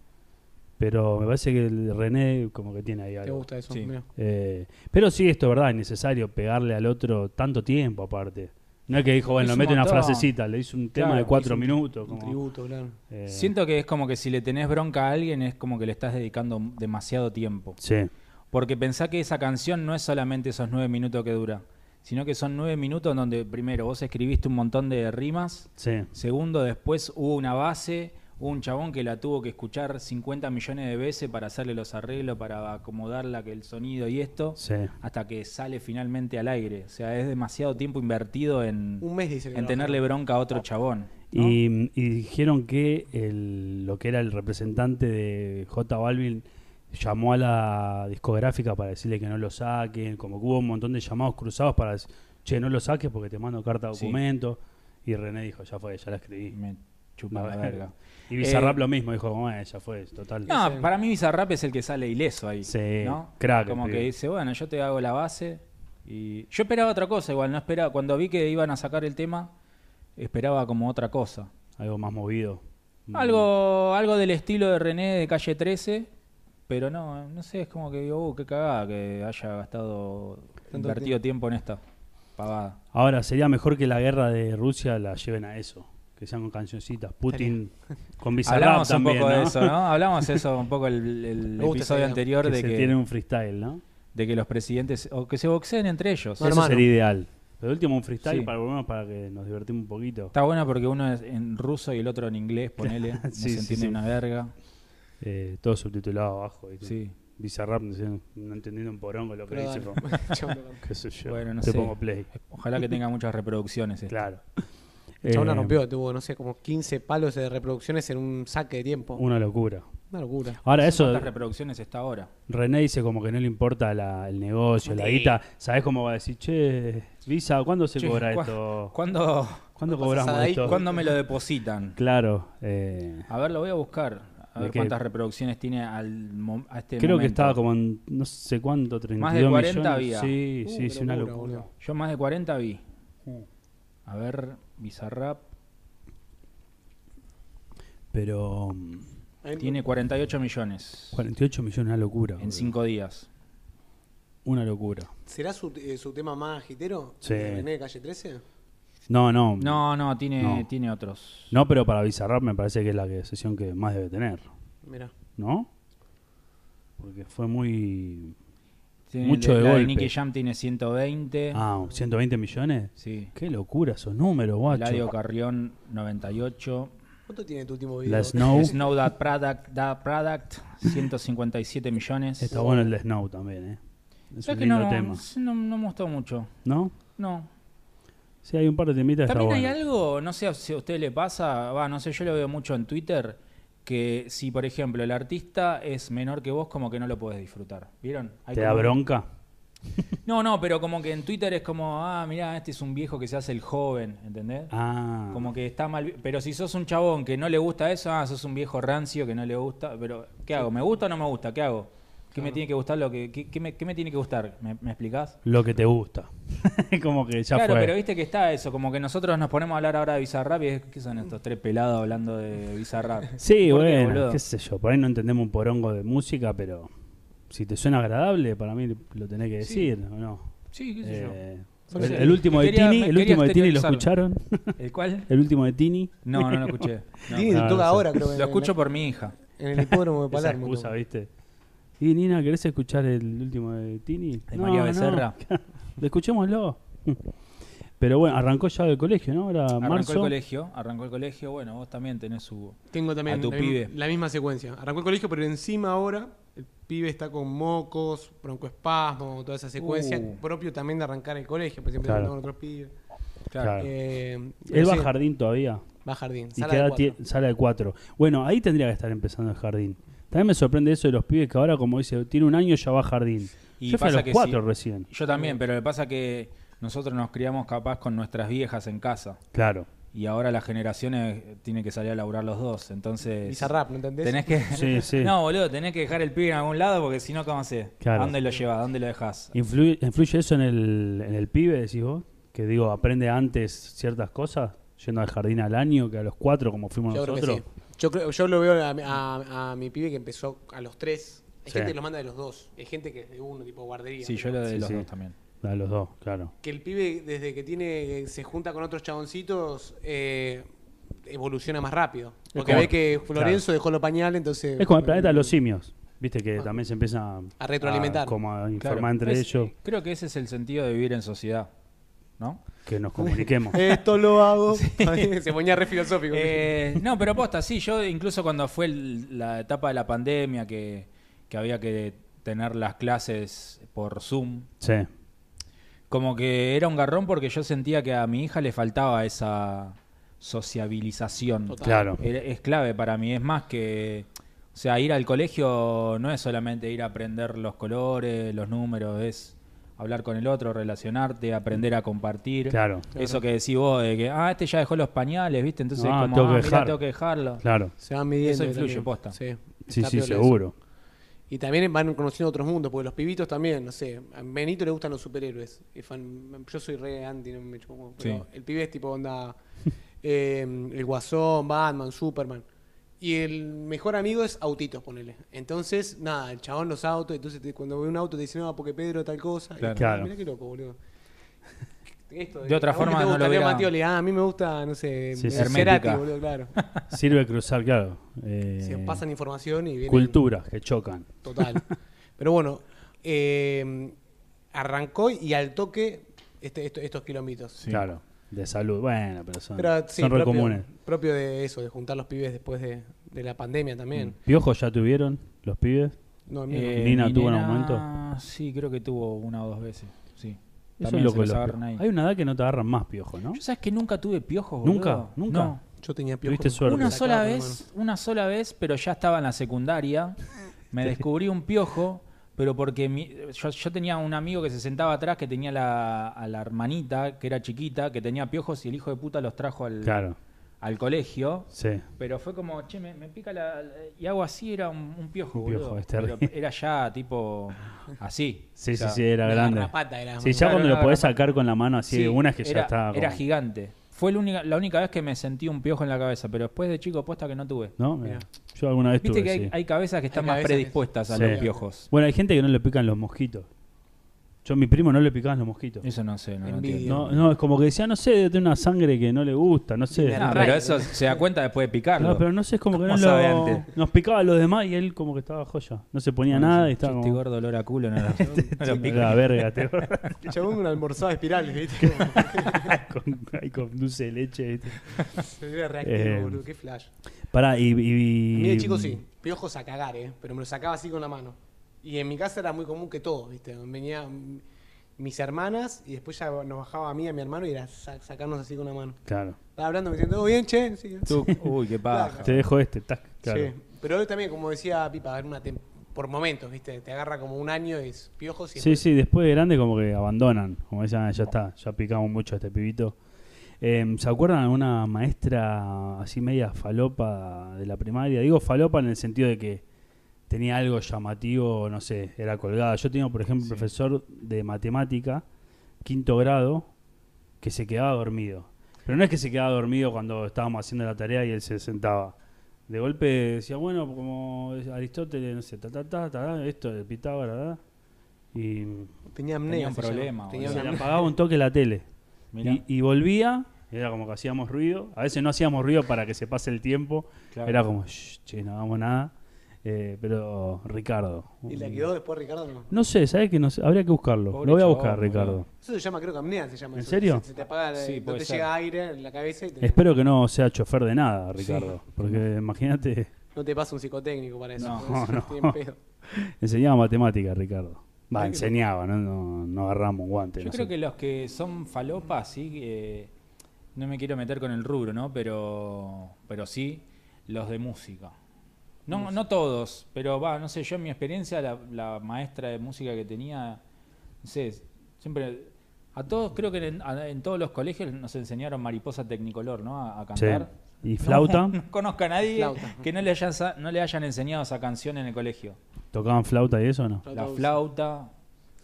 Speaker 1: Pero me parece que el René como que tiene ahí
Speaker 3: Te
Speaker 1: algo.
Speaker 3: gusta eso.
Speaker 2: Sí.
Speaker 3: mira.
Speaker 1: Eh, pero sí, esto es verdad, es necesario pegarle al otro tanto tiempo aparte. No es que dijo, bueno,
Speaker 2: Es
Speaker 1: le
Speaker 2: un
Speaker 1: mete una
Speaker 2: montón.
Speaker 1: frasecita, le hizo un tema
Speaker 2: Claro,
Speaker 1: de cuatro
Speaker 3: hizo un-
Speaker 1: minutos.
Speaker 3: Un
Speaker 1: como,
Speaker 3: tributo, claro.
Speaker 1: eh,
Speaker 2: Siento que es como que si le tenés bronca a alguien es como que le estás dedicando demasiado tiempo.
Speaker 1: Sí,
Speaker 2: Porque pensá que esa canción no es solamente esos nueve minutos que dura, sino que son nueve minutos en donde primero vos escribiste un montón de rimas,
Speaker 1: sí,
Speaker 2: segundo después hubo una base, hubo un chabón que la tuvo que escuchar 50 millones de veces para hacerle los arreglos, para acomodarla, que el sonido y esto,
Speaker 1: sí.
Speaker 2: hasta que sale finalmente al aire. O sea, es demasiado tiempo invertido en,
Speaker 3: Un mes dice que
Speaker 2: en
Speaker 3: no.
Speaker 2: tenerle bronca a otro chabón. ¿no?
Speaker 1: Y, y dijeron que el- lo que era el representante de J Balvin llamó a la discográfica para decirle que no lo saquen, como que hubo un montón de llamados cruzados para decir, che, no lo saques porque te mando carta de
Speaker 2: Sí.
Speaker 1: documento. Y René dijo, ya fue, ya la escribí.
Speaker 2: Me chupa
Speaker 1: <laughs>
Speaker 2: la verga.
Speaker 1: Y Bizarrap
Speaker 2: Eh,
Speaker 1: lo mismo, dijo, como, "Eh, ya fue, total.
Speaker 2: No,
Speaker 3: Ese-
Speaker 2: para mí Bizarrap es el que sale ileso ahí.
Speaker 1: Sí,
Speaker 2: ¿no?
Speaker 1: crack,
Speaker 2: Como
Speaker 1: el
Speaker 2: que
Speaker 1: pibe.
Speaker 2: dice, bueno, yo te hago la base. Y yo esperaba otra cosa, igual, no esperaba. Cuando vi que iban a sacar el tema, esperaba como otra cosa.
Speaker 1: Algo más movido.
Speaker 3: Mm.
Speaker 2: Algo, algo del estilo de René de calle 13, pero no, no sé, es como que digo, uh, qué cagada que haya gastado,
Speaker 3: Tanto
Speaker 2: invertido tiempo en esta pavada.
Speaker 1: Ahora, sería mejor que la guerra de Rusia la lleven a eso. Que sean con cancioncitas.
Speaker 2: <laughs>
Speaker 1: Putin con Bizarrap
Speaker 2: Hablamos un
Speaker 1: también,
Speaker 2: poco de
Speaker 1: ¿no? <laughs>
Speaker 2: eso, ¿no? Hablamos eso un poco el, el
Speaker 3: Me gusta esa
Speaker 2: episodio
Speaker 3: idea.
Speaker 2: anterior
Speaker 1: que
Speaker 2: de
Speaker 1: se
Speaker 2: que,
Speaker 1: tienen un freestyle, ¿no?
Speaker 2: de que los presidentes, o que se boxeen entre ellos.
Speaker 1: Eso
Speaker 3: No, hermano.
Speaker 1: sería ideal. Pero de último un freestyle
Speaker 2: Sí.
Speaker 1: para, por lo menos para que nos divertimos un poquito.
Speaker 2: Está bueno porque uno es en ruso y el otro en inglés,
Speaker 1: <laughs>
Speaker 2: ponele. no
Speaker 1: Sí,
Speaker 2: se
Speaker 1: sí,
Speaker 2: entiende
Speaker 1: sí.
Speaker 2: una verga.
Speaker 1: Eh, todo subtitulado abajo. ¿viste?
Speaker 2: Sí.
Speaker 1: Bizarrap, no, sé, no entendiendo un porongo lo que
Speaker 3: Pero
Speaker 1: dice.
Speaker 3: dale.
Speaker 1: pero,
Speaker 3: <laughs> Chabón, perdón.
Speaker 2: <laughs>
Speaker 1: qué sé yo.
Speaker 2: Bueno, no
Speaker 1: Te
Speaker 2: sé. Este.
Speaker 1: pongo play.
Speaker 2: Ojalá que tenga muchas reproducciones. este.
Speaker 1: Claro.
Speaker 3: El chabón la
Speaker 1: Eh,
Speaker 3: rompió, tuvo, no sé, como 15 palos de reproducciones en un saque de tiempo.
Speaker 1: Una locura.
Speaker 3: Una locura.
Speaker 1: Ahora,
Speaker 2: ¿Cuántas
Speaker 1: eso.
Speaker 2: reproducciones está ahora?
Speaker 1: René dice como que no le importa la- el negocio, la
Speaker 3: Sí.
Speaker 1: guita. ¿Sabés cómo va a decir, che, Visa, ¿cuándo se
Speaker 2: Che,
Speaker 1: cobra
Speaker 2: ¿cuá-
Speaker 1: esto?
Speaker 2: ¿Cuándo,
Speaker 1: ¿Cuándo
Speaker 3: pasas
Speaker 1: cobramos
Speaker 3: ahí?
Speaker 1: esto?
Speaker 2: cuándo me lo depositan?
Speaker 1: Claro. eh,
Speaker 2: A ver, lo voy a buscar. A
Speaker 1: ¿De
Speaker 2: ver
Speaker 1: qué?
Speaker 2: cuántas reproducciones tiene al mom- a este
Speaker 1: creo que
Speaker 2: momento.
Speaker 1: estaba como en no sé cuánto, 32
Speaker 2: Más de 40
Speaker 1: millones.
Speaker 2: había.
Speaker 1: Sí,
Speaker 3: Uh,
Speaker 1: sí, sí, una locura.
Speaker 3: boludo.
Speaker 2: Yo más de 40 vi.
Speaker 1: Uh.
Speaker 2: A ver, Bizarrap.
Speaker 1: Pero mm,
Speaker 3: Em,
Speaker 2: Tiene 48 millones
Speaker 1: 48 millones, una locura. boludo.
Speaker 2: en 5 días.
Speaker 1: Una locura.
Speaker 3: ¿Será su, eh, su tema más agitero?
Speaker 1: Sí.
Speaker 3: ¿De René de Calle 13?
Speaker 1: No, no.
Speaker 2: No, no, tiene,
Speaker 1: No.
Speaker 2: tiene otros.
Speaker 1: No, pero para Bizarrap me parece que es la que- sesión que más debe tener,
Speaker 3: Mira.
Speaker 1: ¿no? Porque fue muy...
Speaker 2: Tiene
Speaker 1: Mucho de
Speaker 2: la
Speaker 1: golpe.
Speaker 2: Nicky Jam tiene 120.
Speaker 1: Ah, 120 millones.
Speaker 2: Sí.
Speaker 1: Qué locura esos números, guacho.
Speaker 2: Eladio Carrión 98.
Speaker 3: ¿Cuánto tiene tu último video?
Speaker 1: <laughs> La Snow.
Speaker 2: Snow That Product, That Product 157 millones.
Speaker 1: Está bueno el de Snow también, ¿eh? Es
Speaker 2: Creo
Speaker 1: un
Speaker 2: que
Speaker 1: lindo
Speaker 2: no,
Speaker 1: tema.
Speaker 2: no, no me gustó mucho.
Speaker 1: ¿No?
Speaker 2: No.
Speaker 1: Sí, hay un par de temitas que está
Speaker 2: También hay
Speaker 1: bueno.
Speaker 2: algo, no sé si a usted le pasa, va, no sé, yo lo veo mucho en Twitter, que si por ejemplo el artista es menor que vos, como que no lo podés disfrutar. ¿Vieron? Hay
Speaker 1: ¿Te da
Speaker 2: como-
Speaker 1: bronca?
Speaker 2: No, no, pero como que en Twitter es como, ah, mirá, este es un viejo que se hace el joven, ¿entendés?
Speaker 1: Ah.
Speaker 2: Como que está mal. vi- Pero si sos un chabón que no le gusta eso, ah, sos un viejo rancio que no le gusta. Pero, ¿qué hago? ¿Me gusta o no me gusta? ¿Qué hago? ¿Qué me tiene que gustar lo que qué, qué me, qué me tiene que gustar? ¿Me, me explicás?
Speaker 1: Lo que te gusta. <laughs> como que ya
Speaker 2: claro,
Speaker 1: fue.
Speaker 2: pero viste que está eso, como que nosotros nos ponemos a hablar ahora de Bizarrap y es, ¿qué son estos tres pelados hablando de
Speaker 1: <laughs>
Speaker 2: Bizarrap?
Speaker 1: Sí,
Speaker 2: ¿Por qué,
Speaker 1: bueno,
Speaker 2: boludo?
Speaker 1: qué sé yo. Por ahí no entendemos un porongo de música, pero si te suena agradable, para mí lo tenés que
Speaker 2: Sí.
Speaker 1: decir, ¿o no?
Speaker 2: Sí, qué sé
Speaker 1: Eh,
Speaker 2: No
Speaker 1: el,
Speaker 2: sé.
Speaker 1: el último de
Speaker 2: Quería-
Speaker 1: Tini,
Speaker 2: me
Speaker 1: el
Speaker 2: quería
Speaker 1: último de Tini, ¿lo
Speaker 2: exteriorizarlo.
Speaker 1: escucharon? <laughs>
Speaker 2: yo. ¿El cuál?
Speaker 1: el último de Tini.
Speaker 2: No, no lo
Speaker 1: <laughs>
Speaker 2: escuché. No.
Speaker 3: Tini
Speaker 1: no,
Speaker 3: lo toca
Speaker 1: no sé.
Speaker 3: ahora, creo. que
Speaker 2: Lo
Speaker 3: en-
Speaker 2: escucho por mi hija.
Speaker 3: En el hipódromo de
Speaker 1: <laughs> Esa
Speaker 3: Palermo.
Speaker 1: excusa,
Speaker 3: toca.
Speaker 1: ¿viste? Y Nina, ¿querés escuchar el último de Tini?
Speaker 2: De María Becerra.
Speaker 1: Lo <laughs> Escuchémoslo. <laughs> Pero bueno, arrancó ya el colegio, ¿no? Ahora
Speaker 2: Arrancó
Speaker 1: marzo.
Speaker 2: el colegio, arrancó el colegio, bueno, vos también tenés su...
Speaker 3: Tengo también
Speaker 2: A tu
Speaker 3: la, mi-
Speaker 2: pibe.
Speaker 3: la misma secuencia. Arrancó el colegio, pero encima ahora el pibe está con mocos, broncoespasmo, toda esa secuencia
Speaker 2: Uh.
Speaker 3: propio también de arrancar el colegio, pues siempre
Speaker 1: Claro.
Speaker 3: está con otros pibes.
Speaker 1: Claro.
Speaker 3: Eh,
Speaker 1: Él
Speaker 3: pero
Speaker 1: va a
Speaker 3: sí,
Speaker 1: jardín todavía.
Speaker 3: va a jardín.
Speaker 1: Y
Speaker 3: sala
Speaker 1: queda
Speaker 3: de
Speaker 1: ti-
Speaker 3: cuatro.
Speaker 1: sala de cuatro. Bueno, ahí tendría que estar empezando el jardín. También me sorprende eso de los pibes que ahora, como dice, tiene un año ya va a jardín.
Speaker 2: Y
Speaker 1: Yo fui a
Speaker 2: pasa
Speaker 1: los
Speaker 2: que
Speaker 1: cuatro
Speaker 2: sí.
Speaker 1: recién.
Speaker 2: Yo también, pero lo que pasa que nosotros nos criamos capaz con nuestras viejas en casa.
Speaker 1: Claro.
Speaker 2: Y ahora las generaciones eh, tienen que salir a laburar los dos. Entonces.
Speaker 3: Bizarrap, ¿no entendés?
Speaker 2: Tenés que.
Speaker 1: Sí, sí.
Speaker 2: <laughs> No, boludo, tenés que dejar el pibe en algún lado porque si no, ¿cómo haces?
Speaker 1: Claro.
Speaker 2: ¿A dónde lo llevas? ¿A dónde lo dejas?
Speaker 1: ¿Influye, influye eso en el, en el pibe, decís vos? Que digo, aprende antes ciertas cosas, yendo al jardín al año, que a los cuatro, como fuimos
Speaker 3: Yo creo que
Speaker 1: nosotros.
Speaker 3: sí. Yo, creo- yo lo veo a, a- a mi pibe que empezó a los tres. Hay
Speaker 1: Sí.
Speaker 3: gente que los manda de los dos. Hay gente que es de uno, tipo guardería.
Speaker 2: Sí, yo
Speaker 3: pero
Speaker 2: lo de
Speaker 1: Sí,
Speaker 2: los
Speaker 1: sí.
Speaker 2: dos también.
Speaker 1: A los dos, claro.
Speaker 3: Que el pibe, desde que tiene se junta con otros chaboncitos, eh, evoluciona más rápido. Porque
Speaker 1: como-
Speaker 3: ve que Florenzo dejó los pañales, entonces...
Speaker 1: Es como el planeta de los simios, viste que también se empieza
Speaker 3: A retroalimentar.
Speaker 1: como a informar
Speaker 2: Claro.
Speaker 1: entre
Speaker 2: Es-
Speaker 1: ellos,
Speaker 3: eh,
Speaker 2: Creo que ese es el sentido de vivir en sociedad. ¿No?
Speaker 1: que
Speaker 3: <laughs>
Speaker 1: nos comuniquemos.
Speaker 3: <laughs> Esto lo
Speaker 1: <laughs>
Speaker 3: hago. <laughs> se ponía re filosófico.
Speaker 2: Eh, no, pero posta, sí, yo incluso cuando fue el- la etapa de la pandemia que, que había que tener las clases por Zoom,
Speaker 1: sí,
Speaker 2: Como que era un garrón porque yo sentía que a mi hija le faltaba esa sociabilización.
Speaker 3: Total. Eh,
Speaker 1: claro.
Speaker 2: Era- Es clave para mí, es más que... O sea, ir al colegio no es solamente ir a aprender los colores, los números, es hablar con el otro, relacionarte, aprender a
Speaker 3: eh,
Speaker 2: compartir.
Speaker 1: Claro.
Speaker 2: Eso que decís vos, de que, ah, este ya dejó los pañales, ¿viste? Entonces
Speaker 1: Ah,
Speaker 2: es como,
Speaker 1: tengo que
Speaker 2: ah, mirá,
Speaker 1: dejar".
Speaker 2: tengo que dejarlo.
Speaker 1: Claro.
Speaker 3: Se van midiendo.
Speaker 2: Eso influye,
Speaker 3: también.
Speaker 2: posta.
Speaker 3: Sí,
Speaker 1: Sí,
Speaker 3: Está
Speaker 1: sí,
Speaker 3: piola eso. <laughs>
Speaker 1: seguro.
Speaker 3: Y también van conociendo otros mundos, porque los pibitos también, no sé, a Benito le gustan los superhéroes. Y fan- yo soy re anti, no me chupo un huevo, pero
Speaker 2: Sí.
Speaker 3: el pibe es tipo onda, <laughs> eh, el Guasón, Batman, Superman. Y el mejor amigo es autitos, ponele. Entonces, nada, el chabón los autos, entonces te- cuando ve un auto te dice, no, porque Pedro tal cosa.
Speaker 2: Claro.
Speaker 3: Y,
Speaker 1: Claro.
Speaker 3: Mirá qué loco, boludo. <laughs> Esto,
Speaker 2: De otra
Speaker 3: ¿a vos qué
Speaker 2: forma
Speaker 3: te
Speaker 2: no
Speaker 3: gusta,
Speaker 2: lo
Speaker 3: Leo
Speaker 2: hubiera-
Speaker 3: Mattioli? Ah, a mí me gusta, no sé,
Speaker 1: Sí, sí,
Speaker 3: Cerati,
Speaker 2: hermética.
Speaker 3: boludo,
Speaker 2: <laughs>
Speaker 3: claro.
Speaker 1: Sirve cruzar, claro. eh,
Speaker 3: Se pasan información y vienen...
Speaker 1: culturas que chocan.
Speaker 3: Total. Pero bueno, eh, arrancó y al toque este- esto- estos kilómetros.
Speaker 1: Claro. De salud. Bueno, pero son,
Speaker 3: Pero sí,
Speaker 1: son re
Speaker 3: propio,
Speaker 1: comunes.
Speaker 3: propio de eso, de juntar los pibes después de, de la pandemia también.
Speaker 1: ¿Piojos ya tuvieron los pibes?
Speaker 3: No, mío no.
Speaker 2: Eh,
Speaker 1: Nina
Speaker 2: mi
Speaker 1: tuvo en
Speaker 2: nena-
Speaker 1: algún momento.
Speaker 2: Sí, creo que tuvo una o dos veces. Sí.
Speaker 1: Eso es
Speaker 2: También se
Speaker 1: loco.
Speaker 2: los
Speaker 1: los
Speaker 2: agarran
Speaker 1: piojos.
Speaker 2: ahí.
Speaker 1: Hay una edad que no te agarran más piojos, ¿no?
Speaker 2: Yo sabes que nunca tuve piojos, boludo.
Speaker 1: ¿Nunca? ¿Nunca?
Speaker 2: No.
Speaker 3: Yo tenía piojos.
Speaker 1: Tuviste suerte.
Speaker 2: Una
Speaker 3: Sacaba
Speaker 2: sola
Speaker 3: con la
Speaker 2: vez, una sola vez, pero ya estaba en la secundaria. Me descubrí un piojo, pero porque mi- yo, yo tenía un amigo que se sentaba atrás que tenía la, a la hermanita, que era chiquita, que tenía piojos y el hijo de puta los trajo al,
Speaker 1: Claro.
Speaker 2: al colegio.
Speaker 1: Sí.
Speaker 2: Pero fue como, che, me, me pica la, la- Y hago así, era un, un piojo,
Speaker 1: Un piojo,
Speaker 2: boludo.
Speaker 1: es
Speaker 2: Pero
Speaker 1: terrible.
Speaker 2: era ya tipo así.
Speaker 1: Sí,
Speaker 2: O sea,
Speaker 1: sí, sí, era
Speaker 3: mano. Una
Speaker 1: grande.
Speaker 3: garrapata era,
Speaker 1: Sí,
Speaker 3: mano.
Speaker 1: ya
Speaker 2: Claro,
Speaker 1: cuando lo
Speaker 2: una
Speaker 1: podés
Speaker 2: garrapata.
Speaker 1: sacar con la mano así
Speaker 2: Sí,
Speaker 1: de una es que ya
Speaker 2: era,
Speaker 1: está. como-
Speaker 2: Era gigante. Fue la única, la única vez que me sentí un piojo en la cabeza, pero después de chico posta que no tuve.
Speaker 1: ¿No?
Speaker 3: Mirá.
Speaker 1: Yo alguna vez
Speaker 2: Viste
Speaker 1: tuve.
Speaker 2: que hay,
Speaker 1: sí.
Speaker 2: hay cabezas que están
Speaker 3: Hay
Speaker 2: más
Speaker 3: cabezas que-
Speaker 2: predispuestas a
Speaker 1: Sí.
Speaker 2: los piojos.
Speaker 1: Bueno, hay gente que no le pican los mosquitos. Yo a mi primo no le picaban los mosquitos.
Speaker 2: Eso no sé, no lo
Speaker 3: Envidia.
Speaker 1: No,
Speaker 2: entiendo.
Speaker 1: no, es como que decía, no sé, de una sangre que no le gusta, no sé.
Speaker 2: No,
Speaker 3: Claro,
Speaker 2: pero
Speaker 3: Rayos.
Speaker 2: eso se da cuenta después de picarlo.
Speaker 1: No, pero no sé, es como que no
Speaker 2: ¿Cómo sabe
Speaker 1: lo-
Speaker 2: antes?
Speaker 1: nos picaba a los demás y él como que estaba joya. No se ponía
Speaker 2: No,
Speaker 1: nada y
Speaker 2: sí,
Speaker 1: estaba
Speaker 2: este
Speaker 1: como... "Ah,
Speaker 2: gordo olor a culo
Speaker 1: <laughs>
Speaker 2: no lo, no lo pica. <laughs>
Speaker 1: La verga, te
Speaker 3: mano. El chabón almorzaba espirales, ¿viste? Como-
Speaker 1: <laughs> con, ay, con dulce de leche. ¿viste?
Speaker 3: Se veía reactivo,
Speaker 1: Eh,
Speaker 3: boludo, qué flash.
Speaker 1: Pará, y...
Speaker 3: A
Speaker 1: y,
Speaker 3: mí de chico
Speaker 2: mm,
Speaker 3: sí, piojos a cagar, ¿eh? Pero me lo sacaba así con la mano. Y en mi casa era muy común que todo, ¿viste? Venían mis hermanas y después ya nos bajaba a mí y a mi hermano y era sa- sacarnos así con la mano.
Speaker 1: Claro.
Speaker 3: Estaba hablando, me diciendo, ¿todo bien, che? Sí.
Speaker 2: Tú- uy, qué paja.
Speaker 1: Te dejo este, tac, claro.
Speaker 3: Sí. Pero hoy también, como decía Pipa, era una tem- por momentos, ¿viste? Te agarra como un año y es piojos y
Speaker 1: Sí, sí, después de grande como que abandonan, como decían, "Ah, ya está, ya picamos mucho a este pibito. Eh, ¿Se acuerdan de alguna maestra así media falopa de la primaria? Digo falopa en el sentido de que tenía algo llamativo, no sé, era colgada. Yo tenía, por ejemplo, un
Speaker 2: Sí.
Speaker 1: profesor de matemática, quinto grado, que se quedaba dormido. Pero no es que se quedaba dormido cuando estábamos haciendo la tarea y él se sentaba. De golpe decía, bueno, como Aristóteles, no sé, ta, ta, ta, ta, ta, esto de Pitágoras, ta, ta, y
Speaker 2: Tenía
Speaker 3: Tenía amnesia.
Speaker 2: un
Speaker 3: se llama.
Speaker 2: problema,
Speaker 3: Tenía
Speaker 2: boludo.
Speaker 1: se le
Speaker 3: una-
Speaker 1: apagaba un toque la tele.
Speaker 2: Mirá.
Speaker 1: Y, y volvía, era como que hacíamos ruido. A veces no hacíamos ruido para que se pase el tiempo.
Speaker 2: Claro.
Speaker 1: Era como, "Shh, che, no hagamos nada. Eh, pero Ricardo.
Speaker 3: Y la
Speaker 1: un-
Speaker 3: quedó después Ricardo. No.
Speaker 1: No sé, ¿sabes que no sé? Habría que buscarlo.
Speaker 2: Pobre
Speaker 1: Lo voy a
Speaker 2: chabón,
Speaker 1: buscar,
Speaker 2: boludo.
Speaker 1: Ricardo.
Speaker 3: Eso se llama, creo que apnea se llama.
Speaker 1: ¿En
Speaker 3: eso.
Speaker 1: serio?
Speaker 3: Se, se te apaga, la-
Speaker 2: Sí,
Speaker 3: no
Speaker 2: puede
Speaker 3: te
Speaker 2: ser.
Speaker 3: llega aire en la cabeza y te-
Speaker 1: Espero que no sea chofer de nada, Ricardo. Porque imagínate, <laughs>
Speaker 3: no te pasa un psicotécnico para
Speaker 2: <laughs>
Speaker 3: eso.
Speaker 2: No,
Speaker 3: porque eso
Speaker 1: no.
Speaker 3: tiene pedo.
Speaker 1: enseñaba matemáticas, Ricardo. Va,
Speaker 3: Ay, qué
Speaker 1: enseñaba, no, no, no agarramos un guante.
Speaker 2: Yo
Speaker 1: Este, no
Speaker 2: creo
Speaker 1: sé.
Speaker 2: que los que son falopas, sí, eh, no me quiero meter con el rubro, ¿no? Pero, pero sí, los de música. No, no todos, pero va, no sé, yo en mi experiencia, la, la maestra de música que tenía, no sé, siempre, a todos, creo que en, a- en todos los colegios nos enseñaron mariposa tecnicolor, ¿no? A, a
Speaker 1: Sí.
Speaker 2: cantar.
Speaker 1: Y flauta,
Speaker 2: <laughs> No, conozco a nadie
Speaker 3: Flauta.
Speaker 2: que no le, hayan, sa- no le hayan enseñado esa canción en el colegio.
Speaker 1: tocaban flauta y eso, ¿no?
Speaker 3: Flauta
Speaker 2: La
Speaker 3: dulce.
Speaker 2: flauta,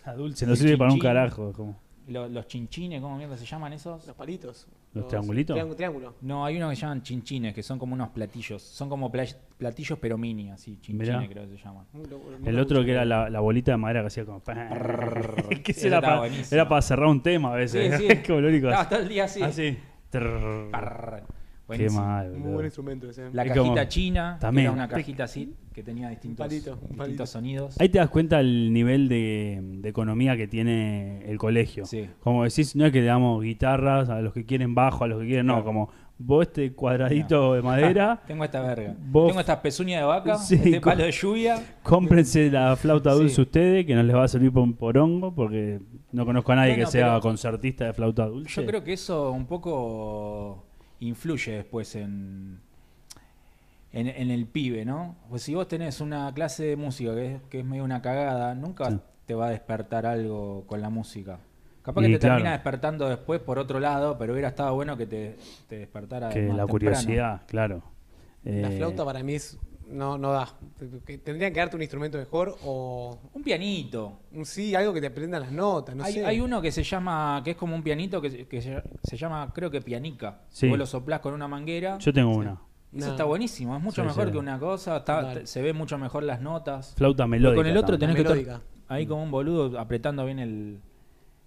Speaker 1: La dulce no sirve para un carajo. es como-
Speaker 2: lo- los chinchines, ¿cómo mierda se llaman esos?
Speaker 3: Los palitos.
Speaker 1: ¿Los triangulitos?
Speaker 3: triángulo- triángulo.
Speaker 2: No, hay unos que se llaman chinchines, que son como unos platillos. Son como pla- platillos pero mini, así, chinchines
Speaker 1: Mirá.
Speaker 2: creo que se llaman.
Speaker 3: Lo- lo-
Speaker 1: El
Speaker 3: nunca
Speaker 1: otro
Speaker 3: escuché.
Speaker 1: que era la, la bolita de madera que hacía como...
Speaker 2: <laughs>
Speaker 1: que
Speaker 2: Ese
Speaker 1: era,
Speaker 2: estaba
Speaker 1: para,
Speaker 2: buenísimo.
Speaker 1: era para cerrar un tema a veces.
Speaker 2: Sí,
Speaker 1: <laughs>
Speaker 2: sí.
Speaker 1: es como lo único.
Speaker 2: Estaba todo el día así.
Speaker 1: Así. Trrr.
Speaker 2: Parr.
Speaker 1: Qué
Speaker 2: Buenísimo.
Speaker 1: mal,
Speaker 3: Muy
Speaker 1: boludo.
Speaker 3: buen instrumento ese. ¿eh?
Speaker 2: La
Speaker 1: Es
Speaker 2: cajita
Speaker 1: como-
Speaker 2: china, que
Speaker 1: También.
Speaker 2: era una cajita así, que tenía distintos,
Speaker 3: palito, un
Speaker 2: distintos
Speaker 3: palito.
Speaker 2: sonidos.
Speaker 1: Ahí te das cuenta el nivel de, de economía que tiene el colegio.
Speaker 2: Sí.
Speaker 1: Como decís, no es que le damos guitarras a los que quieren bajo, a los que quieren, no,
Speaker 2: Claro.
Speaker 1: como vos este cuadradito de
Speaker 2: <laughs>
Speaker 1: madera,
Speaker 2: Ah, Tengo esta verga.
Speaker 1: Vos-
Speaker 2: Tengo estas pezuñas de
Speaker 1: <laughs>
Speaker 2: vaca,
Speaker 1: Sí,
Speaker 2: este
Speaker 1: con-
Speaker 2: palo de lluvia.
Speaker 1: cómprense la flauta dulce
Speaker 2: Sí.
Speaker 1: ustedes, que no les va a servir para un porongo, porque no conozco a nadie
Speaker 2: Bueno,
Speaker 1: que sea
Speaker 2: pero-
Speaker 1: concertista de flauta dulce.
Speaker 2: Yo creo que eso un poco influye después en, en, en el pibe, ¿no? Pues si vos tenés una clase de música que es, que es medio una cagada, nunca
Speaker 1: Sí.
Speaker 2: te va a despertar algo con la música. Capaz
Speaker 1: Y
Speaker 2: que te
Speaker 1: claro.
Speaker 2: termina despertando después por otro lado, pero hubiera estado bueno que te, te despertara.
Speaker 1: Que la
Speaker 2: más temprano.
Speaker 1: curiosidad, claro.
Speaker 3: La
Speaker 1: Eh,
Speaker 3: flauta para mí es, no, no da. Que Tendrían que darte un instrumento mejor o
Speaker 2: Un pianito.
Speaker 3: un sí, algo que te aprendan las notas, no
Speaker 2: hay,
Speaker 3: sé.
Speaker 2: hay uno que se llama, que es como un pianito que, se- que se, se llama, creo que pianica.
Speaker 1: Sí.
Speaker 2: Vos lo soplás con una manguera.
Speaker 1: Yo tengo una.
Speaker 2: Eso
Speaker 3: No.
Speaker 2: está buenísimo, es mucho
Speaker 1: Sí,
Speaker 2: mejor
Speaker 1: sí.
Speaker 2: que una cosa, está-
Speaker 3: Total.
Speaker 2: te- se ve mucho mejor las notas.
Speaker 1: Flauta melódica.
Speaker 2: Con el otro
Speaker 1: también.
Speaker 2: tenés que
Speaker 3: Melódica.
Speaker 2: estar ahí como un boludo apretando bien el,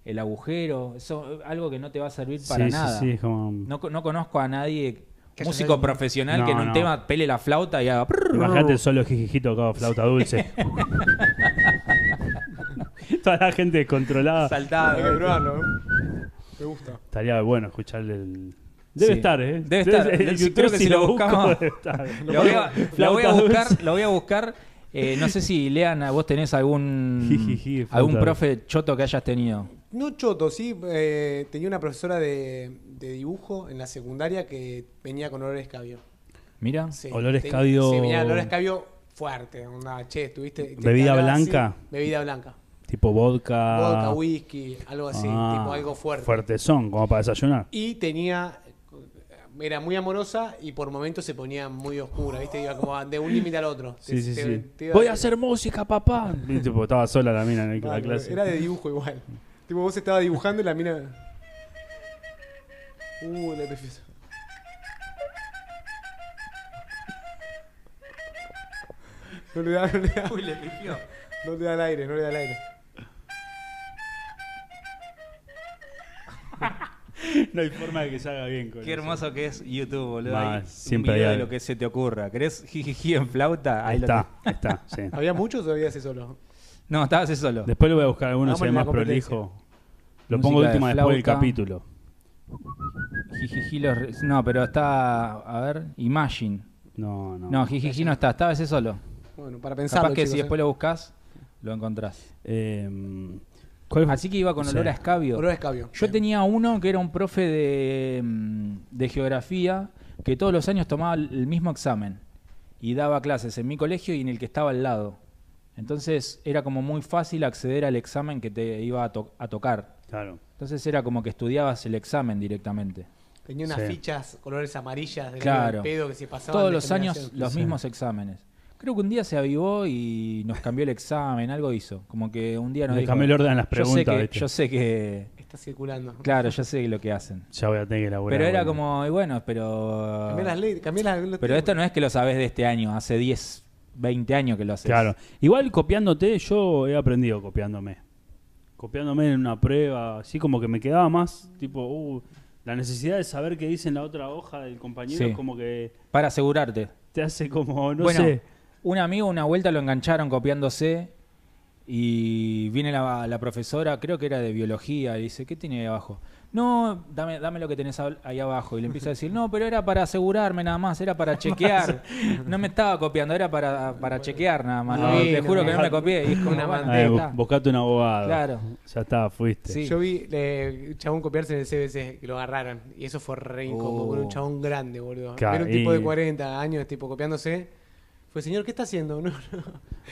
Speaker 2: el agujero, eso eh, algo que no te va a servir para
Speaker 1: sí,
Speaker 2: nada.
Speaker 1: Sí, sí, es como...
Speaker 2: No, co- no conozco a nadie
Speaker 3: Que
Speaker 2: músico
Speaker 3: haya-
Speaker 2: profesional
Speaker 1: No,
Speaker 2: que en un
Speaker 1: no.
Speaker 2: tema pele la flauta y haga prrr.
Speaker 1: Imagínate solo Jijiji tocaba flauta dulce.
Speaker 2: <laughs>
Speaker 1: Toda la gente descontrolada.
Speaker 2: saltado.
Speaker 3: Hay que probarlo, ¿eh? Me gusta.
Speaker 1: Estaría bueno escucharle el. Debe
Speaker 2: Sí.
Speaker 1: estar, ¿eh?
Speaker 2: Debe estar.
Speaker 1: en
Speaker 2: Creo
Speaker 1: YouTube,
Speaker 2: que si lo
Speaker 1: busco,
Speaker 2: buscamos-
Speaker 1: debe estar.
Speaker 2: Lo voy a, lo voy a
Speaker 1: Flauta
Speaker 2: buscar,
Speaker 1: dulce.
Speaker 2: lo voy a buscar. Eh, no sé si Lean, vos tenés algún
Speaker 1: Jijiji,
Speaker 2: algún
Speaker 1: flauta.
Speaker 2: profe choto que hayas tenido.
Speaker 3: No choto, sí. eh, tenía una profesora de, de dibujo en la secundaria que venía con olor a escabio.
Speaker 2: Mira,
Speaker 3: Sí,
Speaker 1: Olor a
Speaker 3: ten-
Speaker 1: escabio-
Speaker 3: Sí, venía olor a escabio fuerte. Onda, che, estuviste. te
Speaker 1: ¿Bebida
Speaker 3: hablaba así,
Speaker 1: blanca?
Speaker 3: bebida blanca.
Speaker 1: Tipo vodka.
Speaker 3: Vodka, whisky, algo así.
Speaker 1: Ah,
Speaker 3: tipo algo fuerte.
Speaker 1: Fuertezón, como para desayunar.
Speaker 3: Y tenía. Era muy amorosa y por momentos se ponía muy oscura, ¿viste? Iba como de un límite al otro.
Speaker 1: Sí,
Speaker 3: Te-
Speaker 1: sí,
Speaker 3: te-
Speaker 1: sí.
Speaker 3: te iba-
Speaker 1: Voy a hacer música, papá. Y, tipo, estaba sola la mina en el-
Speaker 3: Bárbaro,
Speaker 1: la clase.
Speaker 3: Era de dibujo igual. tipo, vos estabas dibujando y la mina. Uh, la prefiero. No le da, no le da. No le da el aire, no le da el aire.
Speaker 1: <laughs> No hay forma de que salga bien con
Speaker 2: Qué
Speaker 1: eso.
Speaker 2: hermoso que es YouTube, boludo.
Speaker 1: Mal,
Speaker 2: Ahí,
Speaker 1: siempre
Speaker 2: un video
Speaker 1: hay
Speaker 2: de
Speaker 1: algo.
Speaker 2: lo que se te ocurra. ¿Querés jijiji en flauta?
Speaker 1: Ahí
Speaker 2: Ahí lo
Speaker 1: está, <laughs>
Speaker 2: tenés.
Speaker 1: está, sí.
Speaker 3: ¿Había muchos o había ese solo?
Speaker 2: No, estabas ese solo.
Speaker 1: Después lo voy a buscar alguno, se ve
Speaker 3: Hagámosle
Speaker 1: más
Speaker 3: la competencia.
Speaker 1: prolijo. Lo
Speaker 2: Música
Speaker 1: pongo
Speaker 2: de
Speaker 1: última después del
Speaker 2: flauta.
Speaker 1: capítulo.
Speaker 2: Jijiji los re- No, pero está. A ver, Imagine.
Speaker 1: No, no.
Speaker 2: No, jijiji no está, estaba ese solo.
Speaker 3: Bueno, para ¿eh? pensar.
Speaker 2: Capaz que si después lo buscás, lo encontrás.
Speaker 1: Eh, ¿Cuál fue?
Speaker 2: Así que iba con
Speaker 1: Sí.
Speaker 2: olor a escabio.
Speaker 3: Olor a escabio.
Speaker 2: Yo tenía uno que era un profe de, mm, de geografía que todos los años tomaba el el mismo examen y daba clases en mi colegio y en el que estaba al lado. Entonces era como muy fácil acceder al examen que te iba a, to- a tocar.
Speaker 1: Claro.
Speaker 2: Entonces era como que estudiabas el examen directamente.
Speaker 3: Tenía unas
Speaker 1: Sí.
Speaker 3: fichas colores amarillas del
Speaker 2: Claro.
Speaker 3: pedo que se pasaban.
Speaker 2: todos
Speaker 3: de
Speaker 2: los años
Speaker 3: generación.
Speaker 2: los
Speaker 1: Sí.
Speaker 2: mismos exámenes. Creo que un día se avivó y nos cambió el examen, algo hizo. Como que un día nos
Speaker 1: Le
Speaker 2: dijo,
Speaker 1: cambió el orden a las
Speaker 2: yo sé,
Speaker 1: preguntas.
Speaker 2: que,
Speaker 1: ¿viste?
Speaker 2: yo sé que,
Speaker 3: Está circulando.
Speaker 2: claro, yo sé lo que hacen.
Speaker 1: Ya voy a tener que elaborar.
Speaker 2: Pero era
Speaker 1: algo.
Speaker 2: como, y bueno, pero...
Speaker 3: Cambié las leyes, cambié las... los
Speaker 2: Pero
Speaker 3: temas.
Speaker 2: esto no es que lo sabes de este año, hace 10, 20 años que lo haces.
Speaker 1: Claro. Igual copiándote, yo he aprendido copiándome. Copiándome en una prueba, así como que me quedaba más, tipo, uh, la necesidad de saber qué dice en la otra hoja del compañero
Speaker 2: Sí.
Speaker 1: es como que
Speaker 2: Para asegurarte.
Speaker 1: te hace como, no
Speaker 2: bueno,
Speaker 1: sé.
Speaker 2: un amigo una vuelta lo engancharon copiándose y viene la, la profesora, creo que era de biología, y dice, ¿qué tiene ahí abajo? No, dame, dame lo que tenés ab- ahí abajo. Y le empieza a decir, no, pero era para asegurarme nada más, era
Speaker 3: <laughs>
Speaker 2: para chequear. No me estaba copiando, era para, para chequear nada más.
Speaker 3: No,
Speaker 2: te
Speaker 3: no,
Speaker 2: juro que
Speaker 3: no.
Speaker 2: no me copié. Y es como,
Speaker 3: Ah, Una
Speaker 2: bueno,
Speaker 3: mano.
Speaker 1: Ay,
Speaker 2: ahí
Speaker 1: bu-
Speaker 2: está.
Speaker 1: buscate un abogado.
Speaker 2: Claro.
Speaker 1: Ya está, fuiste.
Speaker 2: Sí.
Speaker 3: Yo vi eh, chabón copiarse en el CBC, que lo agarraron. Y eso fue re incómodo,
Speaker 2: Oh.
Speaker 3: con un chabón grande, boludo.
Speaker 1: Claro,
Speaker 3: Ver un tipo de
Speaker 1: y-
Speaker 3: 40 años, tipo, copiándose. Fue, señor, ¿qué está haciendo? <laughs>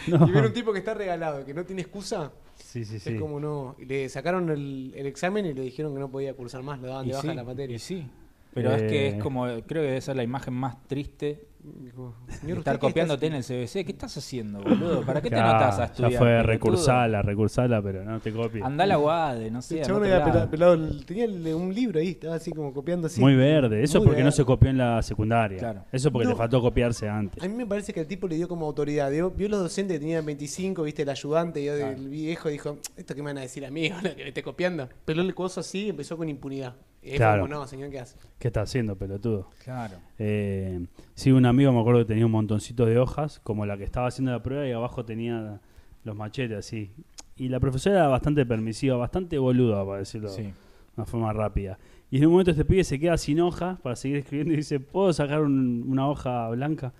Speaker 3: No, no.
Speaker 1: No.
Speaker 3: Y ver un tipo que está regalado, que no tiene excusa,
Speaker 1: Sí, sí, sí.
Speaker 3: es como no. Y le sacaron el, el examen y le dijeron que no podía cursar más, lo daban
Speaker 2: Y
Speaker 3: de baja
Speaker 2: sí,
Speaker 3: en la materia.
Speaker 2: y sí. Pero es
Speaker 1: Eh.
Speaker 2: que es como, creo que debe ser la imagen más triste
Speaker 3: Dijo,
Speaker 2: de
Speaker 3: "Señor, ¿usted
Speaker 2: estar
Speaker 3: qué está
Speaker 2: copiándote en el CBC. ¿Qué estás haciendo, boludo? ¿Para qué te
Speaker 1: Ya,
Speaker 2: notas a estudiar?
Speaker 1: Ya fue
Speaker 2: pelotudo?
Speaker 1: recursala, recursala, pero no te copies.
Speaker 2: Andá a la UADE, no sé.
Speaker 3: El
Speaker 2: a
Speaker 3: chabón
Speaker 2: otro
Speaker 3: había
Speaker 2: lado.
Speaker 3: pela- pelado el- tenía el- un libro ahí, estaba así como copiando así.
Speaker 1: Muy verde. Eso
Speaker 3: Muy
Speaker 1: porque no
Speaker 3: verde.
Speaker 1: se copió en la secundaria.
Speaker 2: Claro.
Speaker 1: Eso porque
Speaker 3: No.
Speaker 1: le faltó copiarse antes.
Speaker 3: A mí me parece que el tipo le dio como autoridad. Vio, vio los docentes que tenían 25, viste, el ayudante, vio del viejo, dijo, ¿esto qué me van a decir a mí? <laughs> ahora que me esté copiando. Peló el coso así y empezó con impunidad. Y ahí fue
Speaker 1: Claro.
Speaker 3: como, no, señor, ¿qué hace?
Speaker 1: ¿Qué está haciendo, pelotudo?
Speaker 2: Claro.
Speaker 1: Eh, sí, un amigo me acuerdo que tenía un montoncito de hojas, como la que estaba haciendo la prueba, y abajo tenía los machetes así. Y la profesora era bastante permisiva, bastante boluda, para decirlo
Speaker 2: Sí.
Speaker 1: de una forma rápida. Y en un momento este pibe se queda sin hojas para seguir escribiendo y dice, ¿puedo sacar un- una hoja blanca?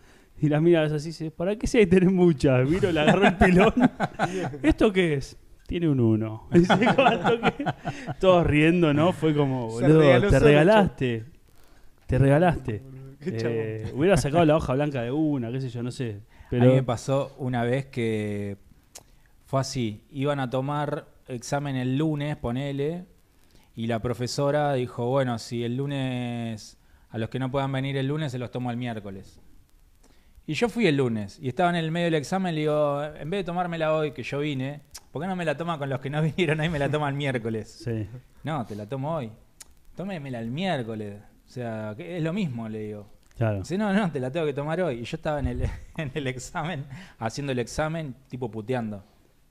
Speaker 1: Y la mira así y dice, ¿para qué si hay que tener muchas? Miro, le agarró el
Speaker 3: <laughs>
Speaker 1: pilón. ¿Esto qué es? Tiene un uno. <laughs> Dice, "¿Cuánto que-?" Todos riendo, ¿no? Fue como,
Speaker 3: Se
Speaker 1: boludo,
Speaker 3: regaló
Speaker 1: te
Speaker 3: solo,
Speaker 1: regalaste. Te regalaste.
Speaker 3: <laughs> Qué
Speaker 1: Eh, hubiera sacado la hoja blanca de una, qué sé yo, no sé.
Speaker 2: A mí
Speaker 1: Pero
Speaker 2: me pasó una vez que fue así. Iban a tomar examen el lunes, ponele, y la profesora dijo, bueno, si el lunes, a los que no puedan venir el lunes, se los tomo el miércoles. Y yo fui el lunes, y estaba en el medio del examen, le digo, en vez de tomármela hoy, que yo vine, ¿por qué no me la toma con los que no <laughs> vinieron hoy, me la toma el miércoles?
Speaker 1: sí.
Speaker 2: No, te la tomo hoy. Tómemela el miércoles. O sea, que es lo mismo, le digo.
Speaker 1: Claro.
Speaker 2: Dice, no, no, te la tengo que tomar hoy. Y yo estaba en el, <laughs> en el examen, haciendo el examen, tipo puteando.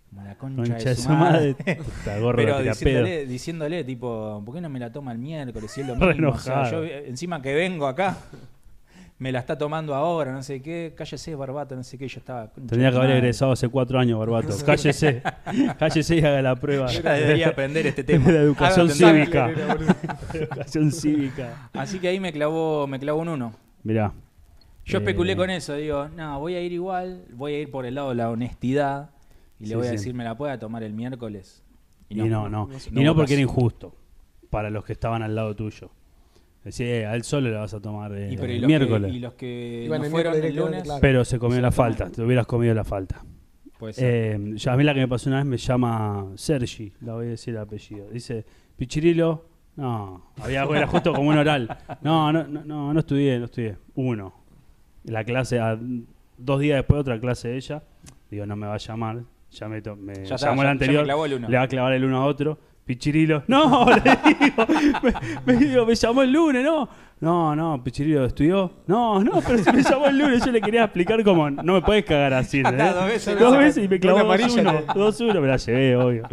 Speaker 2: Como la concha,
Speaker 1: Concha
Speaker 2: de su madre. <laughs>
Speaker 1: Puta, gordo,
Speaker 2: Pero
Speaker 1: tira
Speaker 2: diciéndole, diciéndole, tipo, ¿por qué no me la toma el miércoles? Si es lo
Speaker 1: Re
Speaker 2: mismo. O sea,
Speaker 1: enojado.
Speaker 2: yo, eh, encima que vengo acá, <laughs> me la está tomando ahora, no sé qué. Cállese, barbato, no sé qué. Y Yo estaba. concha
Speaker 1: Tendría que
Speaker 2: de su
Speaker 1: haber
Speaker 2: madre.
Speaker 1: egresado hace cuatro años,
Speaker 2: <laughs>
Speaker 1: Barbato. Cállese. Cállese y haga la prueba.
Speaker 2: Ya debería aprender este tema.
Speaker 1: <laughs> de la educación
Speaker 3: Adam Sandler
Speaker 1: cívica.
Speaker 3: era, boludo.
Speaker 1: <laughs> educación cívica.
Speaker 2: Así que ahí me clavó, me clavó un uno.
Speaker 1: Mirá.
Speaker 2: Yo
Speaker 1: Eh,
Speaker 2: especulé con eso, digo, no, voy a ir igual, voy a ir por el lado de la honestidad y le
Speaker 1: Sí,
Speaker 2: voy a
Speaker 1: sí.
Speaker 2: decir, me la pueda tomar el miércoles.
Speaker 1: Y no, no.
Speaker 2: no
Speaker 1: y no
Speaker 2: hubo
Speaker 1: porque era
Speaker 2: caso.
Speaker 1: injusto para los que estaban al lado tuyo. Decía, eh, a él solo la vas a tomar eh,
Speaker 2: Y, pero, y
Speaker 1: el
Speaker 2: los
Speaker 1: miércoles.
Speaker 2: Que, y los que
Speaker 3: Iban
Speaker 2: no
Speaker 3: el
Speaker 2: fueron
Speaker 3: miércoles
Speaker 2: el lunes,
Speaker 3: directamente,
Speaker 1: Pero se comió la falta. Te hubieras comido la falta.
Speaker 2: pues
Speaker 1: Eh, ya a mí la que me pasó una vez me llama Sergi, la voy a decir el apellido. Dice, Pichirilo, no, había era justo como un oral. No, no, no, no, no estudié, no estudié. Uno. La clase, a- dos días después otra clase de ella. Digo, no me va a llamar. Ya me, to- me
Speaker 2: Ya está,
Speaker 1: llamó
Speaker 2: ya- ya
Speaker 1: el
Speaker 2: me
Speaker 1: anterior.
Speaker 2: clavó el uno.
Speaker 1: Le va a clavar el uno a otro. Pichirilo, no, <laughs> le digo, <laughs> me, me digo, me llamó el lunes, no. No, no, Pichirilo estudió. No, no, pero si me llamó el lunes, yo le quería explicar como, no me puedes cagar así. ¿entendés?
Speaker 2: <laughs> dos veces,
Speaker 1: Dos
Speaker 2: no,
Speaker 1: veces y me clavó
Speaker 3: una
Speaker 1: dos
Speaker 3: amarilla,
Speaker 1: uno, dos uno, me la llevé, obvio.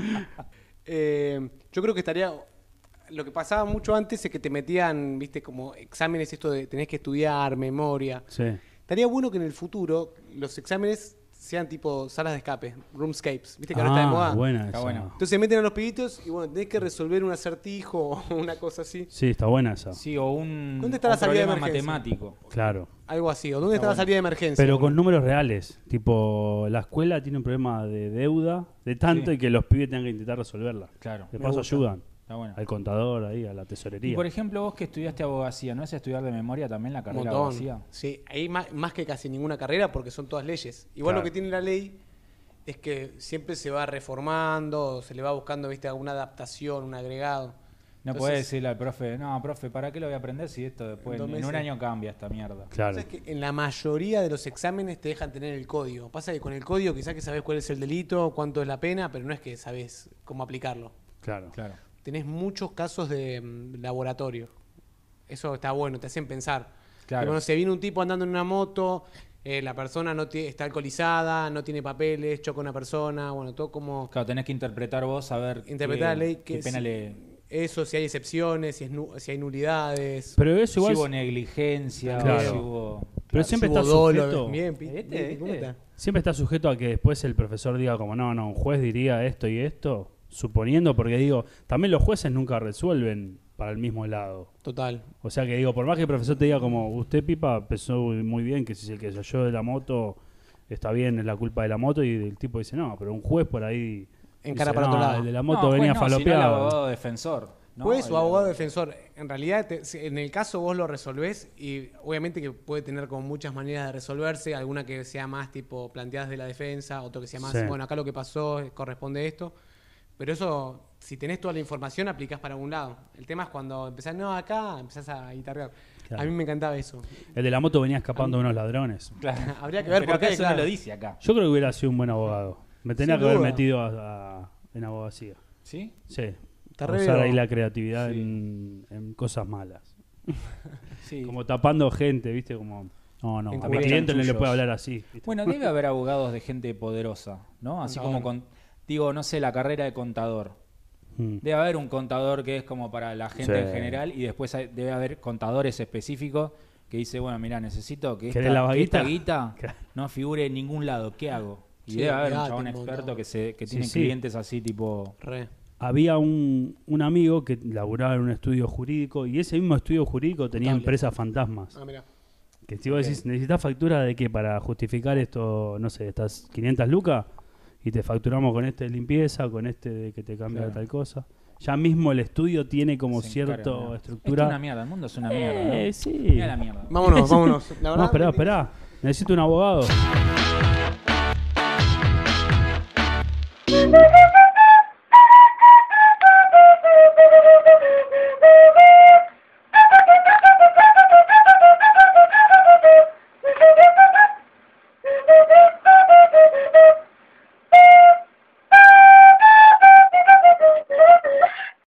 Speaker 3: Eh, yo creo que estaría. Lo que pasaba mucho antes es que te metían, viste, como exámenes, esto de tenés que estudiar, memoria.
Speaker 1: Sí.
Speaker 3: Estaría bueno que en el futuro los exámenes sean tipo salas de escape, roomscapes. Viste que ahora está de moda.
Speaker 1: Ah, buena
Speaker 2: Está
Speaker 1: esa.
Speaker 2: buena.
Speaker 3: Entonces meten a los pibitos y bueno, tenés que resolver un acertijo o una cosa así.
Speaker 1: Sí, está buena esa.
Speaker 2: sí, o un,
Speaker 3: ¿Dónde está
Speaker 2: un
Speaker 3: la salida de
Speaker 2: problema
Speaker 3: emergencia?
Speaker 2: matemático.
Speaker 1: Claro.
Speaker 3: Algo así. ¿O dónde está la salida de emergencia?
Speaker 1: Pero con números reales. Tipo, la escuela tiene un problema de deuda de tanto
Speaker 2: Sí.
Speaker 1: y que los pibes tengan que intentar resolverla.
Speaker 2: Claro,
Speaker 1: De
Speaker 3: Me
Speaker 1: paso
Speaker 3: gusta.
Speaker 1: ayudan
Speaker 2: está bueno.
Speaker 1: Eh, al contador, ahí, a la
Speaker 2: Y
Speaker 1: tesorería.
Speaker 2: por ejemplo, vos que estudiaste abogacía, ¿no es estudiar de memoria también la
Speaker 3: un
Speaker 2: carrera de abogacía?
Speaker 3: montón. Sí, hay más, más que casi ninguna carrera porque son todas leyes. Igual
Speaker 1: Claro.
Speaker 3: lo que tiene la ley es que siempre se va reformando, o se le va buscando, viste, alguna adaptación, un agregado.
Speaker 2: No
Speaker 3: Entonces-
Speaker 2: puedes decirle al profe, no, profe, ¿para qué lo voy a aprender si esto después
Speaker 3: En dos
Speaker 2: en, en un
Speaker 3: meses".
Speaker 2: año cambia esta mierda?
Speaker 1: Claro.
Speaker 3: Sabes que en la mayoría de los exámenes te dejan tener el código. Pasa que con el código quizás que sabes cuál es el delito, cuánto es la pena, pero no es que sabes cómo aplicarlo.
Speaker 1: Claro.
Speaker 2: Claro.
Speaker 3: Tenés muchos casos de mm, laboratorio. Eso está bueno, te hacen pensar.
Speaker 2: Claro.
Speaker 3: Cuando se viene un tipo andando en una moto, eh, la persona no tie- está alcoholizada, no tiene papeles, choca a una persona, bueno, todo como
Speaker 2: Claro, tenés que interpretar vos, a ver
Speaker 3: Interpretar
Speaker 2: qué,
Speaker 3: la ley,
Speaker 2: qué
Speaker 3: que
Speaker 2: pena
Speaker 3: si-
Speaker 2: le...
Speaker 3: eso, si hay excepciones, si, es nu- si hay nulidades.
Speaker 1: Pero eso igual.
Speaker 2: si hubo negligencia,
Speaker 1: Claro.
Speaker 2: o si hubo...
Speaker 1: pero siempre
Speaker 3: si hubo
Speaker 1: está
Speaker 3: dolo,
Speaker 1: sujeto.
Speaker 3: Bien, pi-
Speaker 2: Este,
Speaker 3: bien, ¿cómo
Speaker 2: este.
Speaker 3: está?
Speaker 1: Siempre está sujeto a que después el profesor diga como no, no, un juez diría esto y esto, suponiendo, porque digo, también los jueces nunca resuelven para el mismo lado.
Speaker 3: Total.
Speaker 1: O sea que digo, por más que el profesor te diga como, usted pipa pensó muy bien que si es el que se halló de la moto, está bien, es la culpa de la moto, y el tipo dice, no, pero un juez por ahí...
Speaker 3: Encara
Speaker 1: dice,
Speaker 3: para otro
Speaker 1: "No,
Speaker 3: lado".
Speaker 1: El de la
Speaker 2: No,
Speaker 1: moto
Speaker 2: juez
Speaker 1: venía
Speaker 2: no, sino el
Speaker 1: falopeado.
Speaker 2: abogado defensor. ¿no?
Speaker 3: Juez
Speaker 2: El-
Speaker 3: o Pues, abogado defensor, en realidad te- si- en el caso vos lo resolvés y obviamente que puede tener como muchas maneras de resolverse, alguna que sea más tipo planteadas de la defensa, otro que sea más,
Speaker 1: Sí.
Speaker 3: bueno, acá lo que pasó eh, corresponde esto, pero eso, si tenés toda la información, aplicás para algún lado. El tema es cuando empezás, no, acá, empezás a guitarrear.
Speaker 1: Claro.
Speaker 3: A mí me encantaba eso.
Speaker 1: El de la moto venía escapando de unos ladrones.
Speaker 2: <laughs> Claro.
Speaker 3: Habría que ver
Speaker 2: Pero
Speaker 3: por qué,
Speaker 2: acá eso no
Speaker 3: claro.
Speaker 2: lo dice acá.
Speaker 1: Yo creo que hubiera sido un buen abogado. Me tenía
Speaker 3: Sin
Speaker 1: que haber
Speaker 3: duda.
Speaker 1: metido a- a- en abogacía.
Speaker 2: ¿Sí?
Speaker 1: Sí.
Speaker 3: Está re
Speaker 1: usar
Speaker 3: bravo.
Speaker 1: ahí la creatividad
Speaker 2: Sí.
Speaker 1: en, en cosas malas.
Speaker 2: Sí.
Speaker 1: Como tapando gente, ¿viste? Como, no, no, a mi
Speaker 3: Encubrir
Speaker 1: cliente no le
Speaker 2: chanchullos.
Speaker 1: puedo hablar así. ¿viste?
Speaker 2: Bueno, debe haber abogados de gente poderosa, ¿no? Así como con... Digo, no sé, la carrera de contador.
Speaker 1: Mm.
Speaker 2: Debe haber un contador que es como para la gente
Speaker 1: Sí.
Speaker 2: en general y después hay- debe haber contadores específicos que dice, bueno, mira, necesito que esta,
Speaker 1: ¿Querés la
Speaker 2: que esta
Speaker 1: vaguita?
Speaker 2: guita
Speaker 1: <laughs> Claro.
Speaker 2: no figure en ningún lado. ¿Qué hago? Y
Speaker 3: Sí,
Speaker 2: debe haber un
Speaker 3: olvidate
Speaker 2: chabón
Speaker 3: un
Speaker 2: experto
Speaker 3: montón.
Speaker 2: que, se, que
Speaker 1: Sí,
Speaker 2: tiene
Speaker 1: sí.
Speaker 2: clientes así tipo...
Speaker 3: Re.
Speaker 1: Había un, un amigo que laburaba en un estudio jurídico y ese mismo estudio jurídico tenía
Speaker 3: Contable.
Speaker 1: empresas fantasmas.
Speaker 3: Ah, mirá.
Speaker 1: Que si vos decís, ¿necesitas factura de qué? Para justificar esto, no sé, estas 500 lucas y te facturamos con este de limpieza, con este de que te cambia
Speaker 2: Claro.
Speaker 1: tal cosa. Ya mismo el estudio tiene como
Speaker 2: se encarga,
Speaker 1: cierta
Speaker 2: mirá. Esto
Speaker 1: estructura.
Speaker 2: es una mierda, el mundo es una mierda. ¿no?
Speaker 1: Eh, sí.
Speaker 2: Mirá la mierda.
Speaker 3: Vámonos, vámonos.
Speaker 1: No,
Speaker 3: La verdad,
Speaker 1: esperá, esperá. Necesito un abogado.